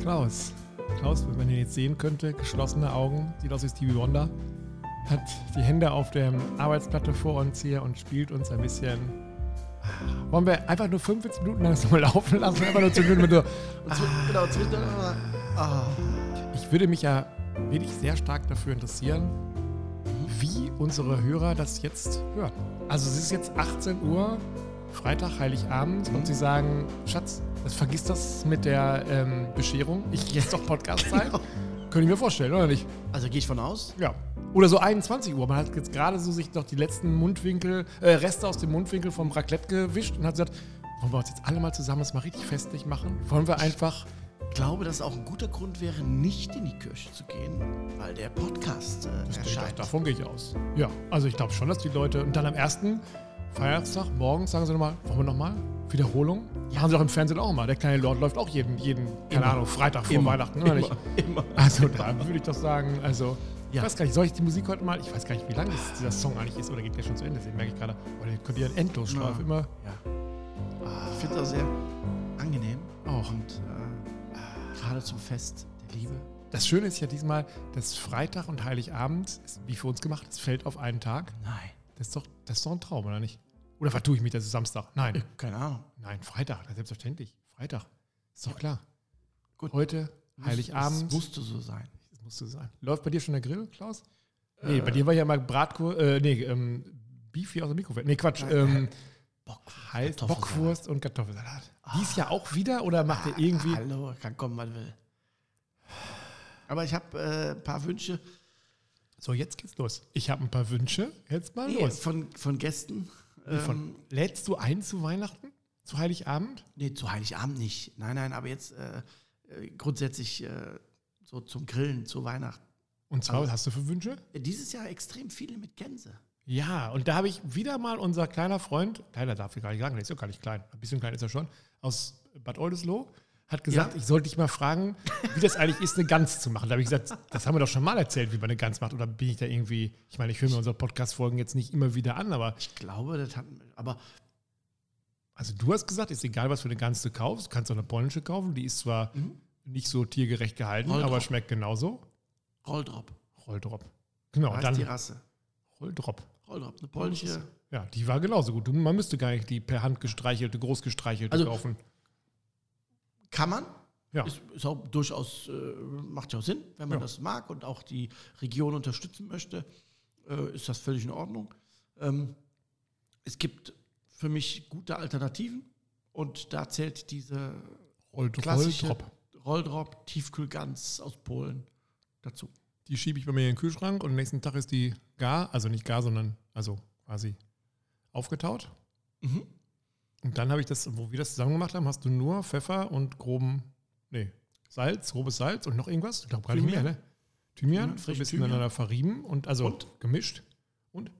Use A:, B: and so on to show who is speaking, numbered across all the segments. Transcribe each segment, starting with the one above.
A: Klaus. Klaus, wenn ihr jetzt sehen könnte, geschlossene Augen, sieht aus wie Stevie Wonder, hat die Hände auf der Arbeitsplatte vor uns hier und spielt uns ein bisschen. Ah, Wollen wir einfach nur 45 Minuten lang so mal laufen lassen? Einfach nur zwischendurch mit so.
B: Zwi- Genau, zwischen. Ah.
A: Ich würde mich ja wirklich sehr stark dafür interessieren, wie unsere Hörer das jetzt hören. Also es ist jetzt 18 Uhr, Freitag, Heiligabend und sie sagen, Schatz, das vergiss das mit der ähm, Bescherung. Ich jetzt doch Podcast sein. Könnte ich mir vorstellen, oder nicht?
B: Also gehe ich von aus?
A: Ja. Oder so 21 Uhr. Man hat jetzt gerade so sich noch die letzten Mundwinkel, äh, Reste aus dem Mundwinkel vom Raclette gewischt und hat gesagt, wollen wir uns jetzt alle mal zusammen das mal richtig festlich machen? Wollen wir einfach
B: Ich glaube, dass auch ein guter Grund wäre, nicht in die Kirche zu gehen, weil der Podcast äh,
A: Das denke ich,
B: erscheint.
A: auch, davon gehe ich aus. Ja, also ich glaube schon, dass die Leute. Und dann am ersten Feiertag morgens sagen sie nochmal, wollen wir nochmal? Wiederholung? Ja. Haben sie doch im Fernsehen auch mal. Der kleine Lord läuft auch jeden, jeden keine Ahnung, Freitag vor
B: Immer.
A: Weihnachten, oder nicht?
B: Immer.
A: Also da würde ich doch sagen, also.
B: Ja.
A: Ich weiß gar nicht, soll ich die Musik heute mal? Ich weiß gar nicht, wie lang das, dieser Song eigentlich ist, oder geht der schon zu Ende? Deswegen merke ich gerade, oh, der könnte ja ein Endlosschleif
B: Na.
A: immer.
B: Ja. Ich finde das sehr angenehm.
A: Auch.
B: Und äh, gerade zum Fest der Liebe.
A: Das Schöne ist ja diesmal, dass Freitag und Heiligabend, ist wie für uns gemacht, es fällt auf einen Tag.
B: Nein.
A: Das ist doch, das ist doch ein Traum, oder nicht? Oder vertue ich mich, das ist Samstag? Nein.
B: Keine Ahnung.
A: Nein, Freitag, na, selbstverständlich. Freitag. Ist doch klar.
B: Gut.
A: Heute,
B: Muss-
A: Heiligabend.
B: Es musste so sein.
A: Das musst du sein. Läuft bei dir schon der Grill, Klaus? Äh. Nee, bei dir war ja mal Bratwurst, äh, nee, ähm, Beef hier aus dem Mikrowelle. Nee, Quatsch. Ähm, Hals,
B: Kartoffelsalat.
A: Bockwurst und Kartoffelsalat. Dies Jahr auch wieder oder macht ihr irgendwie.
B: Hallo, kann kommen, wann will. Aber ich habe äh, ein paar Wünsche
A: So, jetzt geht's los. Ich habe ein paar Wünsche. Jetzt mal
B: nee,
A: los.
B: von, von Gästen. Ähm,
A: Von, lädst du ein zu Weihnachten? Zu Heiligabend?
B: Nee, zu Heiligabend nicht. Nein, nein, aber jetzt äh, äh, grundsätzlich äh, so zum Grillen, zu Weihnachten.
A: Und zwar,
B: Also-
A: was hast du für Wünsche?
B: Äh, Dieses Jahr extrem viele mit Gänse.
A: Ja, und da habe ich wieder mal unser kleiner Freund, kleiner darf ich gar nicht sagen, der ist ja gar nicht klein, ein bisschen klein ist er schon, aus Bad Oldesloe, hat gesagt,
B: Ja.
A: ich sollte dich mal fragen, wie das eigentlich ist, eine Gans zu machen. Da habe ich gesagt, das haben wir doch schon mal erzählt, wie man eine Gans macht. Oder bin ich da irgendwie, ich meine, ich höre mir unsere Podcast-Folgen jetzt nicht immer wieder an, aber
B: Ich glaube, das hatten wir. Aber
A: also du hast gesagt, ist egal, was für eine Gans du kaufst, du kannst auch eine polnische kaufen, die ist zwar
B: Mhm.
A: nicht so tiergerecht gehalten,
B: Rolldrop.
A: aber schmeckt genauso.
B: Rolldrop.
A: Rolldrop. Genau,
B: heißt die
A: dann
B: Rasse.
A: Rolldrop.
B: Rolldrop, eine polnische.
A: Ja, die war genauso gut. Du- Man müsste gar nicht die per Hand gestreichelte, groß gestreichelte
B: Also-
A: kaufen.
B: Kann man.
A: Ja.
B: Ist, ist auch durchaus, äh, macht ja auch Sinn, wenn man
A: Ja.
B: das mag und auch die Region unterstützen möchte, äh, ist das völlig in Ordnung. Ähm, es gibt für mich gute Alternativen und da zählt diese
A: Rollt,
B: klassische
A: Rolltrop.
B: Rolldrop Tiefkühlgans aus Polen dazu.
A: Die schiebe ich bei mir in den Kühlschrank und am nächsten Tag ist die gar, also nicht gar, sondern also quasi aufgetaut.
B: Mhm.
A: Und dann habe ich das, wo wir das zusammen gemacht haben, hast du nur Pfeffer und groben, nee, Salz, grobes Salz und noch irgendwas. Ich glaube gar nicht mehr,
B: Thymian.
A: ne? Thymian,
B: Thymian,
A: so ein
B: frisch
A: bisschen
B: Thymian.
A: miteinander verrieben und also gemischt. Und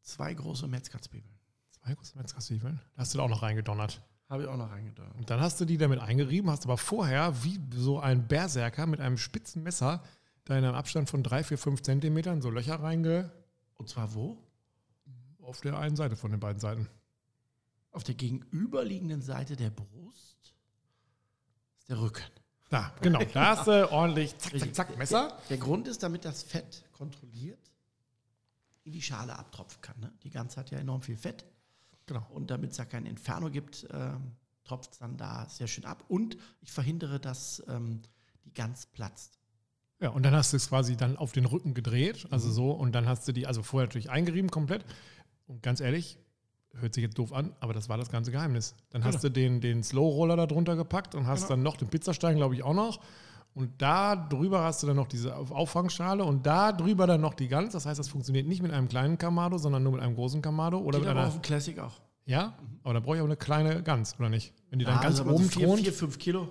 B: Zwei große Metzgerzwiebeln.
A: zwei große Metzgerzwiebeln. Da hast du da auch noch reingedonnert.
B: Habe ich auch noch reingedrückt.
A: Und dann hast du die damit eingerieben, hast aber vorher wie so ein Berserker mit einem spitzen Messer da in einem Abstand von drei, vier, fünf Zentimetern so Löcher reinge
B: Und zwar wo?
A: auf der einen Seite von den beiden Seiten.
B: Auf der gegenüberliegenden Seite der Brust ist der Rücken.
A: Da, genau. Da hast du ordentlich zack, zack, zack, Messer.
B: Der Grund ist, damit das Fett kontrolliert in die Schale abtropfen kann. Ne? Die Gans hat ja enorm viel Fett
A: Genau.
B: und damit es ja kein Inferno gibt, ähm, tropft es dann da sehr schön ab. Und ich verhindere, dass ähm, die Gans platzt.
A: Ja, und dann hast du es quasi dann auf den Rücken gedreht,
B: Mhm.
A: also so, und dann hast du die, also vorher natürlich eingerieben komplett. Und ganz ehrlich, hört sich jetzt doof an, aber das war das ganze Geheimnis. Dann hast du den, den Slow Roller da drunter gepackt und
B: Genau.
A: hast dann noch den Pizzastein, glaube ich, auch noch. Und da drüber hast du dann noch diese Auf- Auffangschale und da drüber dann noch die Gans. Das heißt, das funktioniert nicht mit einem kleinen Kamado, sondern nur mit einem großen Kamado oder mit einer.
B: dem Classic auch.
A: Ja, aber da brauche ich auch eine kleine Gans, oder nicht? Wenn die dann
B: Ja,
A: ganz
B: Mhm. also aber so
A: oben
B: vier,
A: thront.
B: vier, fünf Kilo,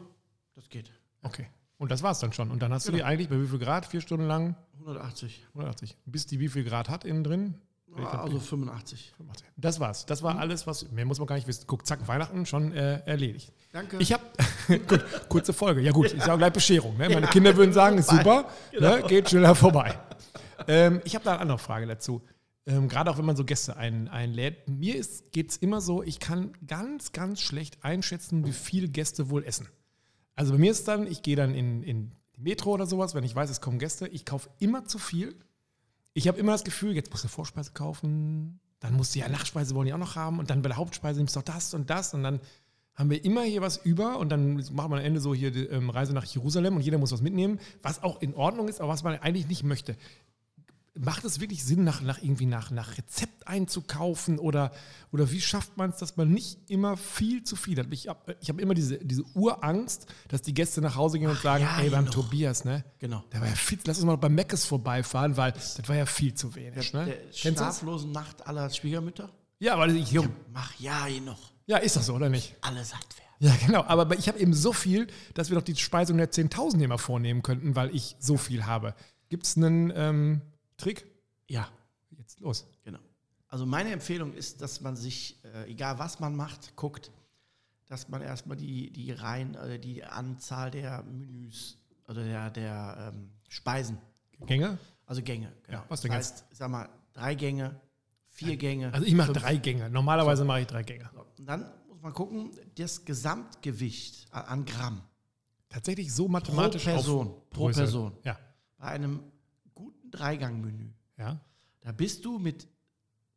B: das geht.
A: Okay. Und das war's dann schon. Und dann hast
B: Genau.
A: du die eigentlich bei wie viel Grad? Vier Stunden lang?
B: 180,
A: 180. Bis die wie viel Grad hat innen drin?
B: Ah, also 85.
A: 85. Das war's. Das war alles, was. Mehr muss man gar nicht wissen. Guck, zack, Weihnachten schon äh, erledigt.
B: Danke.
A: Ich habe. gut, kurze Folge. Ja, gut, ich sage gleich Bescherung. Ne? Meine Kinder würden sagen, ist super, ne? geht schneller vorbei. ähm, ich habe da eine andere Frage dazu. Ähm, Gerade auch wenn man so Gäste ein, einlädt. Mir geht es immer so, ich kann ganz, ganz schlecht einschätzen, wie viele Gäste wohl essen. Also bei mir ist dann, ich gehe dann in, in die Metro oder sowas, wenn ich weiß, es kommen Gäste. Ich kaufe immer zu viel. Ich habe immer das Gefühl, jetzt musst du Vorspeise kaufen, dann musst du ja Nachspeise wollen die auch noch haben und dann bei der Hauptspeise nimmst du doch das und das und dann haben wir immer hier was über und dann machen wir am Ende so hier die, ähm, Reise nach Jerusalem und jeder muss was mitnehmen, was auch in Ordnung ist, aber was man eigentlich nicht möchte. Macht es wirklich Sinn, nach, nach irgendwie nach, nach Rezept einzukaufen oder, oder wie schafft man es, dass man nicht immer viel zu viel hat? Ich habe ich hab immer diese, diese Urangst, dass die Gäste nach Hause gehen und sagen,
B: ja,
A: ey, beim
B: genau.
A: Tobias, ne?
B: Genau.
A: Der war ja viel, lass uns mal beim Meckes vorbeifahren, weil das war ja viel zu wenig. Ne?
B: Der
A: Kennst du das?
B: schlaflosen Nacht aller Schwiegermütter?
A: Ja, weil ich,
B: Mach ja noch.
A: ja, ist das so, oder nicht?
B: Alle satt werden.
A: Ja, genau. Aber ich habe eben so viel, dass wir doch die Speisung der 10.000 immer vornehmen könnten, weil ich so viel habe. Gibt es einen ähm, Trick?
B: Ja,
A: Jetzt los.
B: genau. Also meine Empfehlung ist, dass man sich, äh, egal was man macht, guckt, dass man erstmal die, die Reihen, also die Anzahl der Menüs oder der, der ähm, Speisen,
A: Gänge?
B: also Gänge. Genau.
A: was denn
B: das heißt, ich sag mal, drei Gänge, vier Gänge.
A: Also ich mache drei Gänge. Normalerweise mache ich drei Gänge.
B: So, Und dann muss man gucken, das Gesamtgewicht an- an Gramm
A: Tatsächlich so mathematisch
B: pro Person. pro
A: Größe.
B: Person.
A: Ja.
B: Bei einem guten Dreigang-Menü.
A: ja.
B: Da bist du mit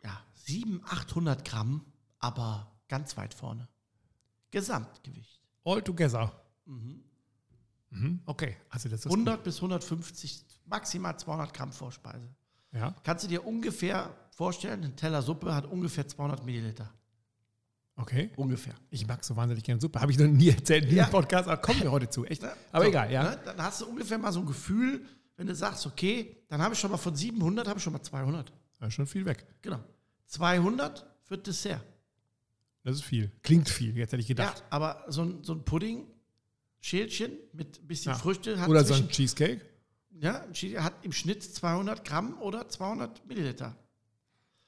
B: ja, 700, 800 Gramm, aber ganz weit vorne. Gesamtgewicht.
A: All together. Mhm. Okay. Also das ist
B: 100 bis 150, maximal 200 Gramm Vorspeise.
A: gut. Ja.
B: Kannst du dir ungefähr vorstellen, ein Teller Suppe hat ungefähr 200 Milliliter.
A: Okay.
B: Ungefähr.
A: Ich mag so wahnsinnig gerne Suppe. Habe ich noch nie erzählt in diesem
B: Ja.
A: Podcast, aber kommen wir heute zu. Echt?
B: Ne?
A: Aber
B: So,
A: egal, ja.
B: ne? Dann hast du ungefähr mal so ein Gefühl, wenn du sagst, okay, dann habe ich schon mal von 700, habe ich schon mal 200.
A: Da ist schon viel weg.
B: Genau. 200 für Dessert.
A: Das ist viel. Klingt viel, jetzt hätte ich
B: Ja,
A: gedacht.
B: aber so ein, so ein Pudding, Schälchen mit ein bisschen
A: Ja.
B: Früchte hat
A: Oder so
B: zwischen-
A: ein Cheesecake.
B: Ja, ein Chili hat im Schnitt 200 Gramm oder 200 Milliliter.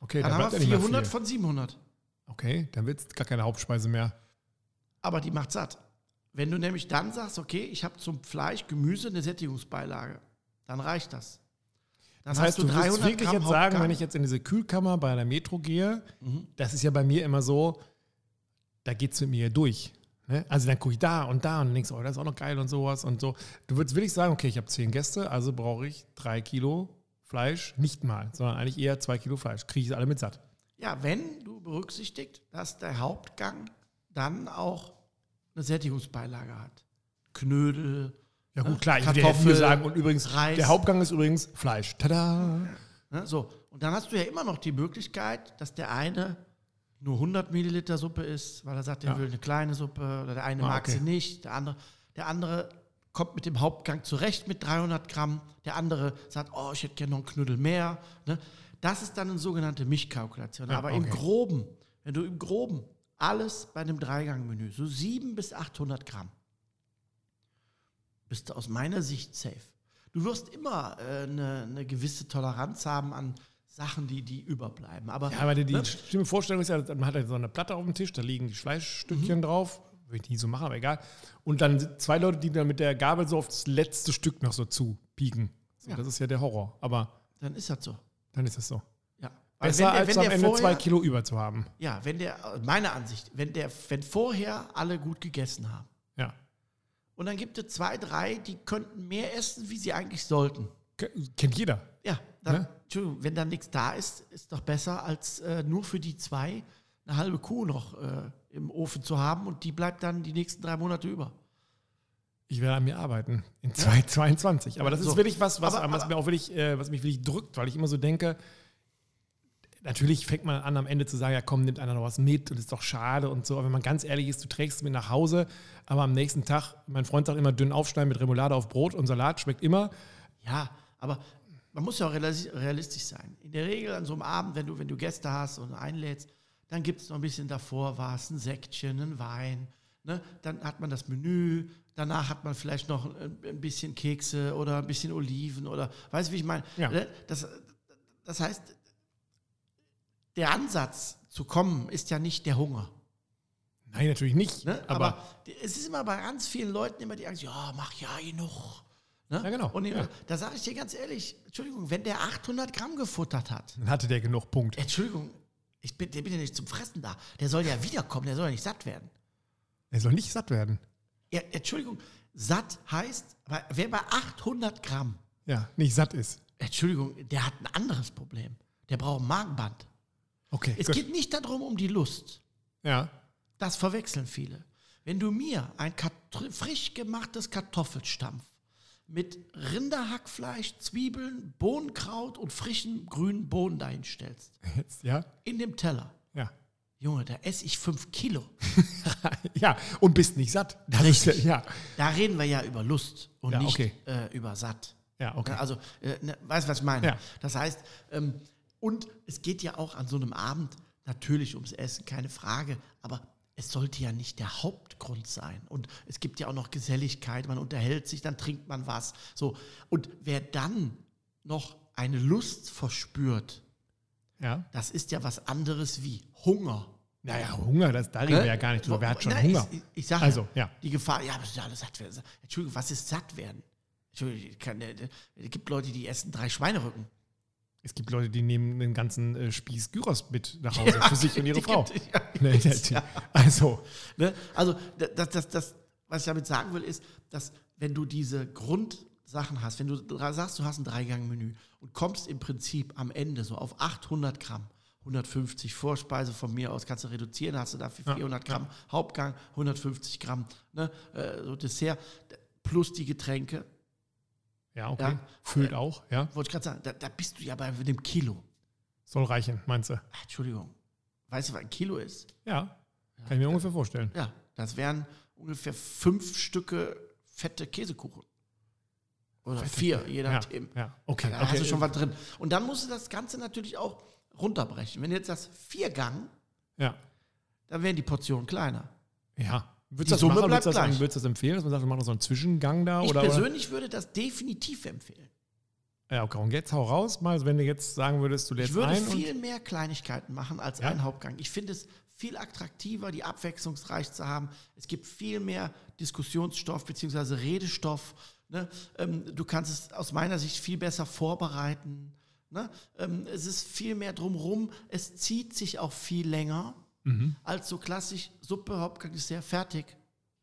A: Okay,
B: Dann
A: da
B: haben
A: bleibt ja
B: wir
A: nicht mehr
B: 400
A: viel.
B: von 700.
A: Okay, dann wird es gar keine Hauptspeise mehr.
B: Aber die macht satt. Wenn du nämlich dann sagst, okay, ich habe zum Fleisch, Gemüse eine Sättigungsbeilage, dann reicht das. Dann
A: Das heißt, du willst wirklich jetzt
B: Hauptgang. Mhm.
A: sagen, wenn ich jetzt in diese Kühlkammer bei der Metro gehe, das ist ja bei mir immer so, da geht es mit mir durch. Ne? Also dann gucke ich da und da und denkst, oh, das ist auch noch geil und sowas und so. Du würdest wirklich sagen, okay, ich habe zehn Gäste, also brauche ich drei Kilo Fleisch, nicht mal, sondern eigentlich eher zwei Kilo Fleisch. Kriege ich alle mit satt.
B: Ja, wenn du berücksichtigt, dass der Hauptgang dann auch eine Sättigungsbeilage hat. Knödel,
A: Ja
B: Ne?
A: gut, klar, ich würde jetzt
B: Kartoffel,
A: nur sagen, und übrigens,
B: Reis.
A: der Hauptgang ist übrigens Fleisch. Tada!
B: Ne? So, und dann hast du ja immer noch die Möglichkeit, dass der eine nur 100 Milliliter Suppe ist, weil er sagt, er
A: Ja.
B: will eine kleine Suppe oder der eine
A: Ah,
B: mag
A: okay.
B: sie nicht, der andere, der andere kommt mit dem Hauptgang zurecht mit 300 Gramm, der andere sagt, oh, ich hätte gerne noch einen Knüttel mehr. Ne? Das ist dann eine sogenannte Mischkalkulation.
A: Ja,
B: Aber
A: okay.
B: im Groben, wenn du im Groben alles bei einem Dreigang-Menü, so 700 bis 800 Gramm, bist du aus meiner Sicht safe. Du wirst immer äh, eine, eine gewisse Toleranz haben an Sachen, die, die überbleiben. Aber,
A: Ja, aber die, die
B: ne?
A: schlimme Vorstellung ist ja, man hat ja so eine Platte auf dem Tisch, da liegen die Fleischstückchen
B: Mhm.
A: drauf. Würde ich nie so machen, aber egal. Und dann sind zwei Leute, die dann mit der Gabel so auf das letzte Stück noch so zubiegen. So,
B: Ja.
A: Das ist ja der Horror. Aber
B: dann ist das so.
A: dann ist das so.
B: Ja. Weil
A: Besser
B: der-
A: als
B: der
A: am Ende
B: vorher-
A: zwei Kilo über zu haben.
B: Ja, wenn der, meiner Ansicht, wenn der, wenn vorher alle gut gegessen haben.
A: Ja.
B: Und dann gibt es zwei, drei, die könnten mehr essen, wie sie eigentlich sollten.
A: Ke- Kennt jeder.
B: Ja, dann,
A: Ne?
B: Entschuldigung, wenn dann nichts da ist, ist doch besser, als äh, nur für die zwei eine halbe Kuh noch äh, im Ofen zu haben und die bleibt dann die nächsten drei Monate über.
A: Ich werde an mir arbeiten in 2022. Aber das ist
B: So.
A: wirklich was, was,
B: Aber-
A: was mir auch wirklich, äh, was mich wirklich drückt, weil ich immer so denke, natürlich fängt man an, am Ende zu sagen, ja komm, nimmt einer noch was mit und ist doch schade und so. Aber wenn man ganz ehrlich ist, du trägst es mit nach Hause, aber am nächsten Tag, mein Freund sagt immer, dünn aufschneiden mit Remoulade auf Brot und Salat schmeckt immer.
B: Ja, aber man muss ja auch realis- realistisch sein. In der Regel an so einem Abend, wenn du, wenn du Gäste hast und einlädst, dann gibt es noch ein bisschen davor was, ein Säckchen, ein Wein. Ne? Dann hat man das Menü, danach hat man vielleicht noch ein, ein bisschen Kekse oder ein bisschen Oliven oder, weißt du, wie ich meine?
A: Ja.
B: Ne? Das, das heißt, der Ansatz zu kommen ist ja nicht der Hunger.
A: Nein, natürlich nicht.
B: Ne?
A: Aber,
B: Aber, es ist immer bei ganz vielen Leuten immer die Angst, ja, mach ja genug. Ne?
A: Ja, genau.
B: Und ich-
A: Ja.
B: da sage ich dir ganz ehrlich, Entschuldigung, wenn der 800 Gramm gefuttert hat,
A: dann hatte der genug Punkt.
B: Entschuldigung, ich bin, der bin ja nicht zum Fressen da. Der soll ja wiederkommen, der soll ja nicht satt werden.
A: Er soll nicht satt werden.
B: Ja, Entschuldigung, Satt heißt, weil wer bei 800 Gramm,
A: Ja, nicht satt ist.
B: Entschuldigung, der hat ein anderes Problem. Der braucht ein Magenband.
A: Okay,
B: Es
A: gut.
B: geht nicht darum, um die Lust.
A: ja,
B: Das verwechseln viele. Wenn du mir ein Kat- frisch gemachtes Kartoffelstampf mit Rinderhackfleisch, Zwiebeln, Bohnenkraut und frischen grünen Bohnen dahinstellst,
A: jetzt, ja,
B: in dem Teller,
A: ja.
B: Junge, da esse ich fünf Kilo.
A: ja, und bist nicht satt. Das
B: Richtig.
A: Ist, ja,
B: Da reden wir ja über Lust und
A: Ja,
B: nicht
A: okay.
B: äh, über satt.
A: ja, okay.
B: Also, äh, ne, weißt du, was ich meine?
A: Ja.
B: Das heißt, ähm, und es geht ja auch an so einem Abend natürlich ums Essen, keine Frage, aber es sollte ja nicht der Hauptgrund sein. Und es gibt ja auch noch Geselligkeit, man unterhält sich, dann trinkt man was. So. Und wer dann noch eine Lust verspürt,
A: ja.
B: das ist ja was anderes wie Hunger. Ne?
A: Naja, Hunger, das, da reden wir ja gar nicht drüber. Wer hat schon
B: Na,
A: Hunger?
B: Ich, ich, ich sage,
A: Also,
B: also,
A: ja.
B: ja. die Gefahr, ja, aber sind alle satt werden. Entschuldigung, was ist satt werden? Entschuldigung, ich kann, äh, es gibt Leute, die essen drei Schweinerücken.
A: Es gibt Leute, die nehmen den ganzen äh, Spieß Gyros mit nach Hause für sich Also und ihre
B: die
A: Frau.
B: gibt- ja, die
A: Nee,
B: gibt's,
A: die- die- Also,
B: Ne? Also, da- das, das, das, was ich damit sagen will, ist, dass wenn du diese Grundsachen hast, wenn du dra- sagst, du hast ein Dreigang-Menü und kommst im Prinzip am Ende so auf 800 Gramm, 150 Vorspeise von mir aus, kannst du reduzieren, hast du dafür
A: Ja,
B: 400 Gramm Hauptgang, 150 Gramm ne, äh, so Dessert d- plus die Getränke,
A: ja, okay.
B: Ja.
A: Füllt auch, ja.
B: wollte ich gerade sagen, da, da bist du ja bei dem Kilo.
A: Soll reichen, meinst du?
B: Ach, Entschuldigung, weißt du, was ein Kilo ist?
A: Ja. Kann ich mir ungefähr vorstellen.
B: Ja, das wären ungefähr fünf Stücke fette Käsekuchen. Oder vier, je
A: Ja,
B: nachdem.
A: ja. Okay,
B: Da
A: okay.
B: hast du schon was drin. Und dann musst du das Ganze natürlich auch runterbrechen. Wenn du jetzt das Viergang,
A: Ja.
B: dann wären die Portionen kleiner.
A: Ja. Würdest
B: Die
A: du das,
B: Summe
A: machen?
B: bleibt
A: Würdest du das,
B: gleich.
A: würdest du das empfehlen, dass man sagt, wir machen noch so einen Zwischengang da?
B: Ich
A: oder, oder?
B: persönlich würde das definitiv empfehlen.
A: Ja, okay. Und jetzt hau raus, mal, also wenn du jetzt sagen würdest, du lädst
B: Ich würde
A: ein und
B: viel mehr Kleinigkeiten machen als
A: Ja?
B: einen Hauptgang. Ich finde es viel attraktiver, die abwechslungsreich zu haben. Es gibt viel mehr Diskussionsstoff bzw. Redestoff. Ne? Ähm, du kannst es aus meiner Sicht viel besser vorbereiten. Ne? Ähm, es ist viel mehr drumherum. Es zieht sich auch viel länger
A: Mhm.
B: als so klassisch Suppe, Hauptgang, Dessert, fertig.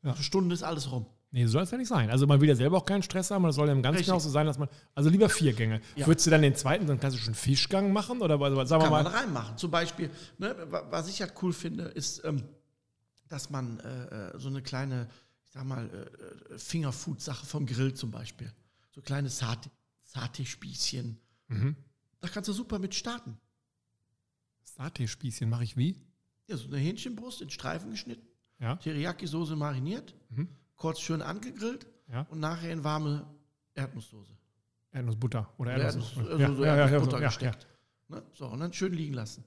A: Ja.
B: Eine Stunde ist alles rum.
A: Nee, so soll es ja nicht sein. Also man will ja selber auch keinen Stress haben, und das soll ja im Ganzen
B: Richtig.
A: auch so sein, dass man. Also lieber vier Gänge.
B: Ja.
A: Würdest du dann den zweiten, so einen klassischen Fischgang machen? Oder was- was- sagen wir
B: kann
A: mal.
B: man reinmachen. Zum Beispiel, ne, wa- was ich halt cool finde, ist, ähm, dass man äh, äh, so eine kleine, ich sag mal, äh, äh, Fingerfood-Sache vom Grill zum Beispiel. So kleine Sat- Saté-Spießchen.
A: Mhm.
B: Da kannst du super mit starten.
A: Saté-Spießchen mache ich wie?
B: Ja, so eine Hähnchenbrust in Streifen geschnitten,
A: Ja.
B: Teriyaki-Soße mariniert,
A: Mhm.
B: kurz schön angegrillt
A: Ja.
B: und nachher in warme Erdnusssoße.
A: Erdnussbutter oder
B: Oder
A: Erdnuss.
B: Erdnuss-
A: ja,
B: also so
A: ja, ja, ja,
B: Erdnussbutter
A: so, ja, Mhm. ja.
B: gesteckt. Ne? So, und dann schön liegen lassen.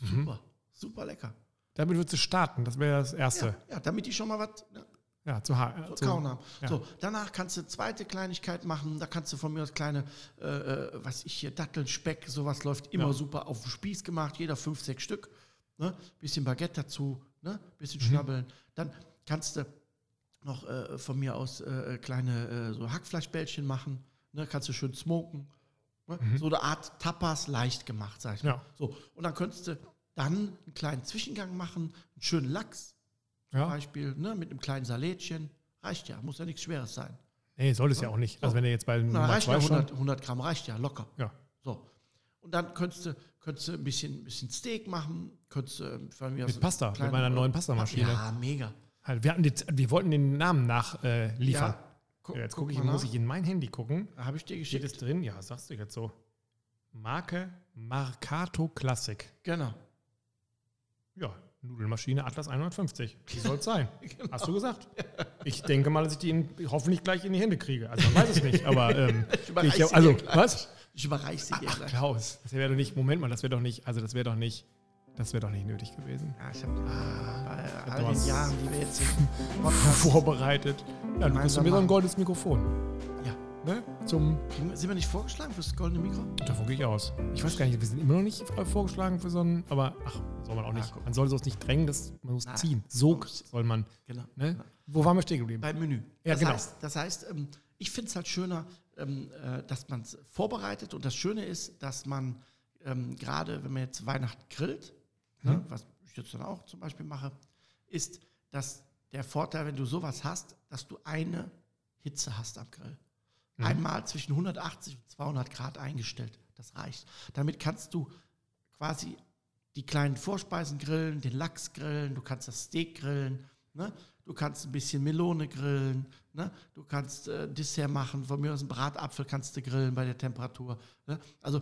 B: Super, super lecker.
A: Damit würdest du starten, das wäre das Erste.
B: Ja, ja, damit die schon mal was ne,
A: Ja, zu ha
B: so
A: zu,
B: kauen haben.
A: ja.
B: Also So, danach kannst du zweite Kleinigkeit machen. Da kannst du von mir aus kleine, äh, äh, was ich hier, Datteln, Speck, sowas läuft immer
A: Ja.
B: super auf den Spieß gemacht. Jeder fünf, sechs Stück. Ne? Bisschen Baguette dazu, ne? bisschen
A: Mhm.
B: schnabbeln. Dann kannst du noch äh, von mir aus äh, kleine äh, so Hackfleischbällchen machen. Ne? Kannst du schön smoken. Ne? So eine Art Tapas leicht gemacht, sag ich mal.
A: Mhm. Ja.
B: So, und dann könntest du dann einen kleinen Zwischengang machen, einen schönen Lachs. Zum
A: Ja.
B: Beispiel ne, mit einem kleinen Salätchen. Reicht ja, muss ja nichts Schweres sein.
A: Nee, soll es ja auch nicht. Also wenn ihr jetzt bei
B: Na,
A: Nummer
B: reicht ja
A: zwei stand.
B: 100, 100 Gramm, reicht ja locker.
A: Ja.
B: So. Und dann könntest du, könntest du ein bisschen, bisschen Steak machen, könntest du ähm, von mir
A: Mit Pasta, mit
B: kleinen-
A: meiner neuen Pastamaschine.
B: Ja, mega.
A: Halt, Wir, hatten die, wir wollten den Namen nachliefern. Äh, liefern.
B: Ja, guck,
A: ja, jetzt gucke ich,
B: mal
A: muss
B: nach.
A: ich in mein Handy gucken.
B: Habe ich dir
A: Steht
B: geschickt.
A: es drin? Ja, sagst du jetzt so. Marke Marcato Classic.
B: Genau.
A: Ja, Nudelmaschine Atlas 150. Wie soll es sein? Hast du gesagt. Ich denke mal, dass ich die in, hoffentlich gleich in die Hände kriege. Also man weiß es nicht, aber ähm,
B: Ich überreiche
A: ich,
B: sie
A: also
B: dir gleich.
A: was?
B: Ich überreiche sie dir
A: Ach
B: gleich.
A: Klaus, das wäre doch nicht. Moment mal, das wäre doch nicht. Also das wäre doch nicht. Das wäre doch nicht nötig gewesen.
B: Ja, ich habe bei all
A: was-
B: den Jahren, die wir jetzt im Podcast
A: Vorbereitet. Ja, du kriegst
B: Gemeinsam
A: mir so ein
B: machen.
A: goldenes Mikrofon.
B: Ja.
A: Ne? Zum.
B: Kriegen wir- Sind wir nicht vorgeschlagen fürs goldene Mikro?
A: Davon gehe ich aus. Ich weiß gar nicht, wir sind immer noch nicht äh, vorgeschlagen für so einen. Aber ach, soll man auch nicht.
B: Ah, guck. Ah,
A: Man soll sonst nicht drängen, das, man muss
B: Nein.
A: ziehen. Sog
B: Man muss-
A: soll man.
B: Genau.
A: Ne? Wo waren wir stehen geblieben?
B: Beim Menü.
A: Ja,
B: das
A: genau.
B: heißt, das heißt ähm, ich finde es halt schöner, ähm, äh, dass man es vorbereitet. Und das Schöne ist, dass man ähm, gerade, wenn man jetzt Weihnachten grillt,
A: Mhm.
B: ne, was ich jetzt dann auch zum Beispiel mache, ist, dass der Vorteil, wenn du sowas hast, dass du eine Hitze hast am Grill.
A: Mhm.
B: Einmal zwischen 180 und 200 Grad eingestellt. Das reicht. Damit kannst du quasi die kleinen Vorspeisen grillen, den Lachs grillen, du kannst das Steak grillen, ne? du kannst ein bisschen Melone grillen, ne? du kannst äh, Dessert machen, von mir aus einen Bratapfel kannst du grillen bei der Temperatur. Ne? Also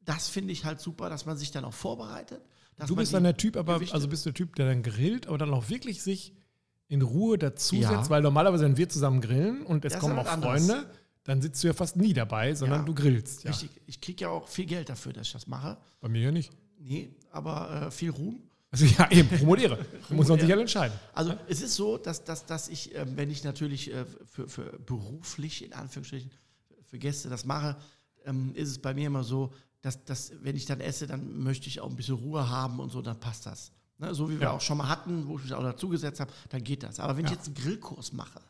B: das finde ich halt super, dass man sich dann auch vorbereitet. Dass
A: Du
B: man
A: bist
B: die
A: dann der Typ, aber
B: Gewichte-
A: also bist du der Typ, der dann grillt, aber dann auch wirklich sich in Ruhe dazusetzt,
B: Ja.
A: weil normalerweise, wenn wir zusammen grillen und es
B: Das ist
A: kommen
B: halt
A: auch
B: anders.
A: Freunde, dann sitzt du ja fast nie dabei, sondern
B: Ja.
A: du grillst. Ja.
B: Richtig, ich kriege ja auch viel Geld dafür, dass ich das mache.
A: Bei mir ja nicht.
B: Nee, aber äh, viel Ruhm.
A: Also ja, eben, promotere. Muss man sich halt entscheiden.
B: Also es ist so, dass, dass, dass ich, ähm, wenn ich natürlich äh, für, für beruflich, in Anführungsstrichen, für Gäste das mache, ähm, ist es bei mir immer so, dass, dass wenn ich dann esse, dann möchte ich auch ein bisschen Ruhe haben und so, dann passt das. Ne? So wie wir
A: Ja.
B: auch schon mal hatten, wo ich mich auch dazugesetzt habe, dann geht das. Aber wenn ich
A: Ja.
B: jetzt einen Grillkurs mache,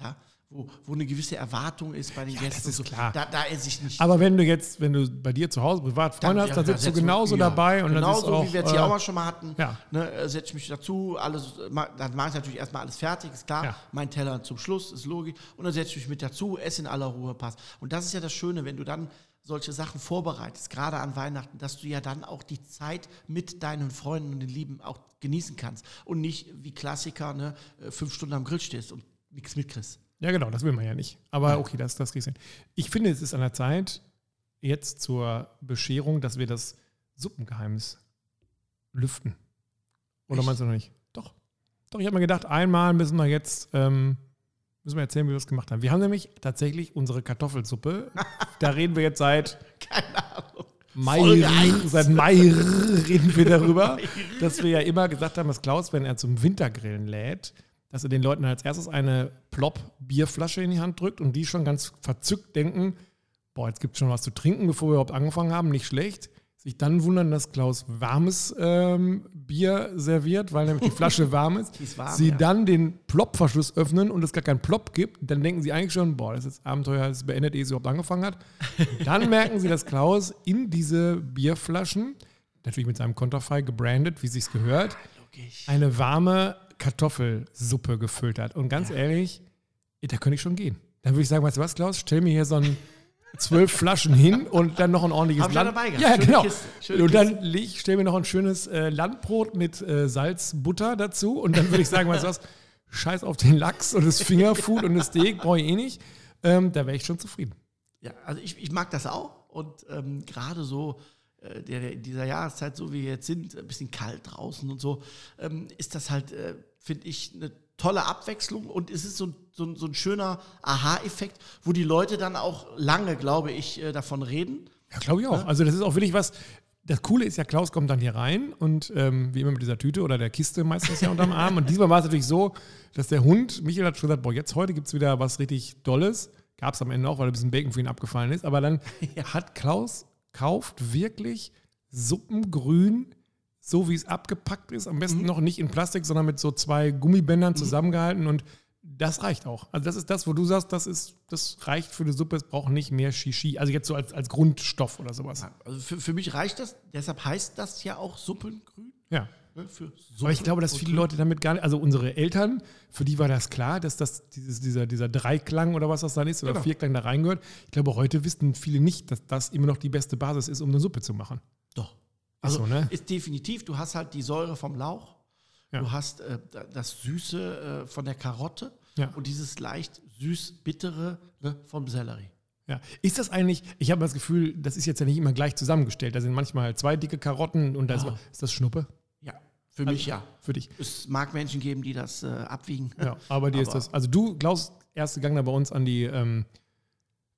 B: ja, wo, wo eine gewisse Erwartung ist bei den Gästen,
A: das
B: und
A: ist
B: so,
A: klar.
B: Da, da esse ich nicht.
A: Aber wenn du jetzt, wenn du bei dir zu Hause privat Freunde hast, dann sitzt du
B: setz ich mich-
A: genauso
B: ja,
A: dabei und
B: genauso
A: dann
B: wie
A: ist
B: wir
A: auch,
B: jetzt hier
A: äh,
B: auch mal schon mal hatten.
A: ja.
B: Ne, äh, setze ich mich dazu, alles, äh, ma- dann mache ich natürlich erstmal alles fertig, ist klar.
A: Ja.
B: Mein Teller zum Schluss, ist logisch. Und dann setze ich mich mit dazu, esse in aller Ruhe, passt. Und das ist ja das Schöne, wenn du dann solche Sachen vorbereitest, gerade an Weihnachten, dass du ja dann auch die Zeit mit deinen Freunden und den Lieben auch genießen kannst und nicht wie Klassiker ne, äh, fünf Stunden am Grill stehst und nichts mitkriegst.
A: Ja, genau, das will man ja nicht. Aber okay, das, das kriegst du hin. Ich finde, es ist an der Zeit, jetzt zur Bescherung, dass wir das Suppengeheimnis lüften. Oder
B: Echt?
A: meinst du noch nicht? Doch. Doch, ich habe mir gedacht, einmal müssen wir jetzt ähm, müssen wir erzählen, wie wir das gemacht haben. Wir haben nämlich tatsächlich unsere Kartoffelsuppe. da reden wir jetzt seit
B: Keine Ahnung.
A: Mai,
B: Folge eins.
A: seit Mai reden wir darüber, dass wir ja immer gesagt haben, dass Klaus, wenn er zum Wintergrillen lädt, dass er den Leuten als erstes eine Plop-Bierflasche in die Hand drückt und die schon ganz verzückt denken, boah, jetzt gibt es schon was zu trinken, bevor wir überhaupt angefangen haben, nicht schlecht. Sich dann wundern, dass Klaus warmes ähm, Bier serviert, weil nämlich die Flasche warm ist.
B: Die ist warm,
A: sie
B: ja.
A: dann den Plop-Verschluss öffnen und es gar keinen Plop gibt, dann denken sie eigentlich schon, boah, das ist jetzt Abenteuer, das ist beendet, ehe es überhaupt angefangen hat. Dann merken sie, dass Klaus in diese Bierflaschen, natürlich mit seinem Konterfei gebrandet, wie sich's gehört,
B: Logisch.
A: eine warme Kartoffelsuppe gefüllt hat. Und ganz ehrlich, da könnte ich schon gehen. Dann würde ich sagen, weißt du was, Klaus, stell mir hier so ein zwölf Flaschen hin und dann noch ein ordentliches
B: Hab ich ja
A: Land.
B: dabei gehabt.
A: ja,
B: Schöne
A: genau.
B: Kiste, schöne
A: und dann leg- ich stell mir noch ein schönes äh, Landbrot mit äh, Salz, Butter dazu und dann würde ich sagen, weißt du was, scheiß auf den Lachs und das Fingerfood und das Steak brauche ich eh nicht. Ähm, da wäre ich schon zufrieden.
B: Ja, also ich, ich mag das auch. Und ähm, gerade so äh, der, der, in dieser Jahreszeit, so wie wir jetzt sind, ein bisschen kalt draußen und so, ähm, ist das halt, äh, finde ich, eine tolle Abwechslung. Und es ist so, ein- so, ein- so ein schöner Aha-Effekt, wo die Leute dann auch lange, glaube ich, äh, davon reden.
A: Ja, glaube ich auch. Also das ist auch wirklich was. Das Coole ist ja, Klaus kommt dann hier rein und ähm, wie immer mit dieser Tüte oder der Kiste meistens ja unterm Arm. Und diesmal war es natürlich so, dass der Hund, Michael hat schon gesagt, boah, jetzt heute gibt es wieder was richtig Dolles. Gab es am Ende auch, weil ein bisschen Bacon für ihn abgefallen ist. Aber dann hat Klaus kauft wirklich Suppengrün, so wie es abgepackt ist. Am besten noch nicht in Plastik, sondern mit so zwei Gummibändern zusammengehalten. Und das reicht auch. Also das ist das, wo du sagst, das ist, das reicht für eine Suppe, es braucht nicht mehr Shishi. Also jetzt so als, als Grundstoff oder sowas.
B: Also für, für mich reicht das. Deshalb heißt das ja auch Suppengrün.
A: Ja.
B: Ne, für Suppe.
A: Aber ich glaube, dass
B: und
A: viele
B: Grün.
A: Leute damit gar nicht, also unsere Eltern, für die war das klar, dass das dieses, dieser, dieser Dreiklang oder was das dann ist, oder
B: Genau.
A: Vierklang da reingehört. Ich glaube, heute wissen viele nicht, dass das immer noch die beste Basis ist, um eine Suppe zu machen.
B: Doch.
A: Ach
B: Also
A: so, ne?
B: ist definitiv, du hast halt die Säure vom Lauch,
A: Ja.
B: du hast äh, da- das Süße äh, von der Karotte
A: Ja.
B: und dieses leicht süß-bittere ne, vom Sellerie.
A: Ja. Ist das eigentlich, ich habe das Gefühl, das ist jetzt ja nicht immer gleich zusammengestellt. Da sind manchmal zwei dicke Karotten und da ist,
B: Ah.
A: ist das Schnuppe
B: Ja, für
A: Also
B: mich ja.
A: für dich.
B: Es mag Menschen geben, die das äh, abwiegen.
A: Ja, aber dir ist
B: Aber-
A: das. Also du, Klaus, erst gegangen da bei uns an die ähm,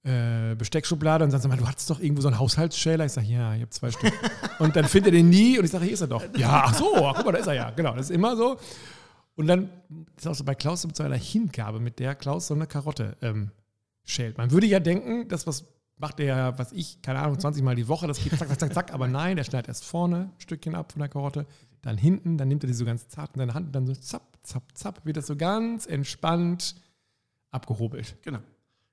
A: äh, Besteckschublade und sagst mal, du hattest doch irgendwo so einen Haushaltsschäler. Ich sage, ja, ich habe zwei Stück. und dann findet er den nie und ich sage, hier ist er doch. Ja, ach so, ach, guck mal, da ist er ja. Genau, das ist immer so. Und dann ist auch so bei Klaus mit so einer Hingabe, mit der Klaus so eine Karotte ähm, schält. Man würde ja denken, das was macht er ja, was ich, keine Ahnung, 20 Mal die Woche, das geht zack, zack, zack, zack, aber nein, der schneidet erst vorne ein Stückchen ab von der Karotte, dann hinten, dann nimmt er die so ganz zart in seine Hand und dann so zapp, zapp, zapp, wird das so ganz entspannt abgehobelt.
B: Genau.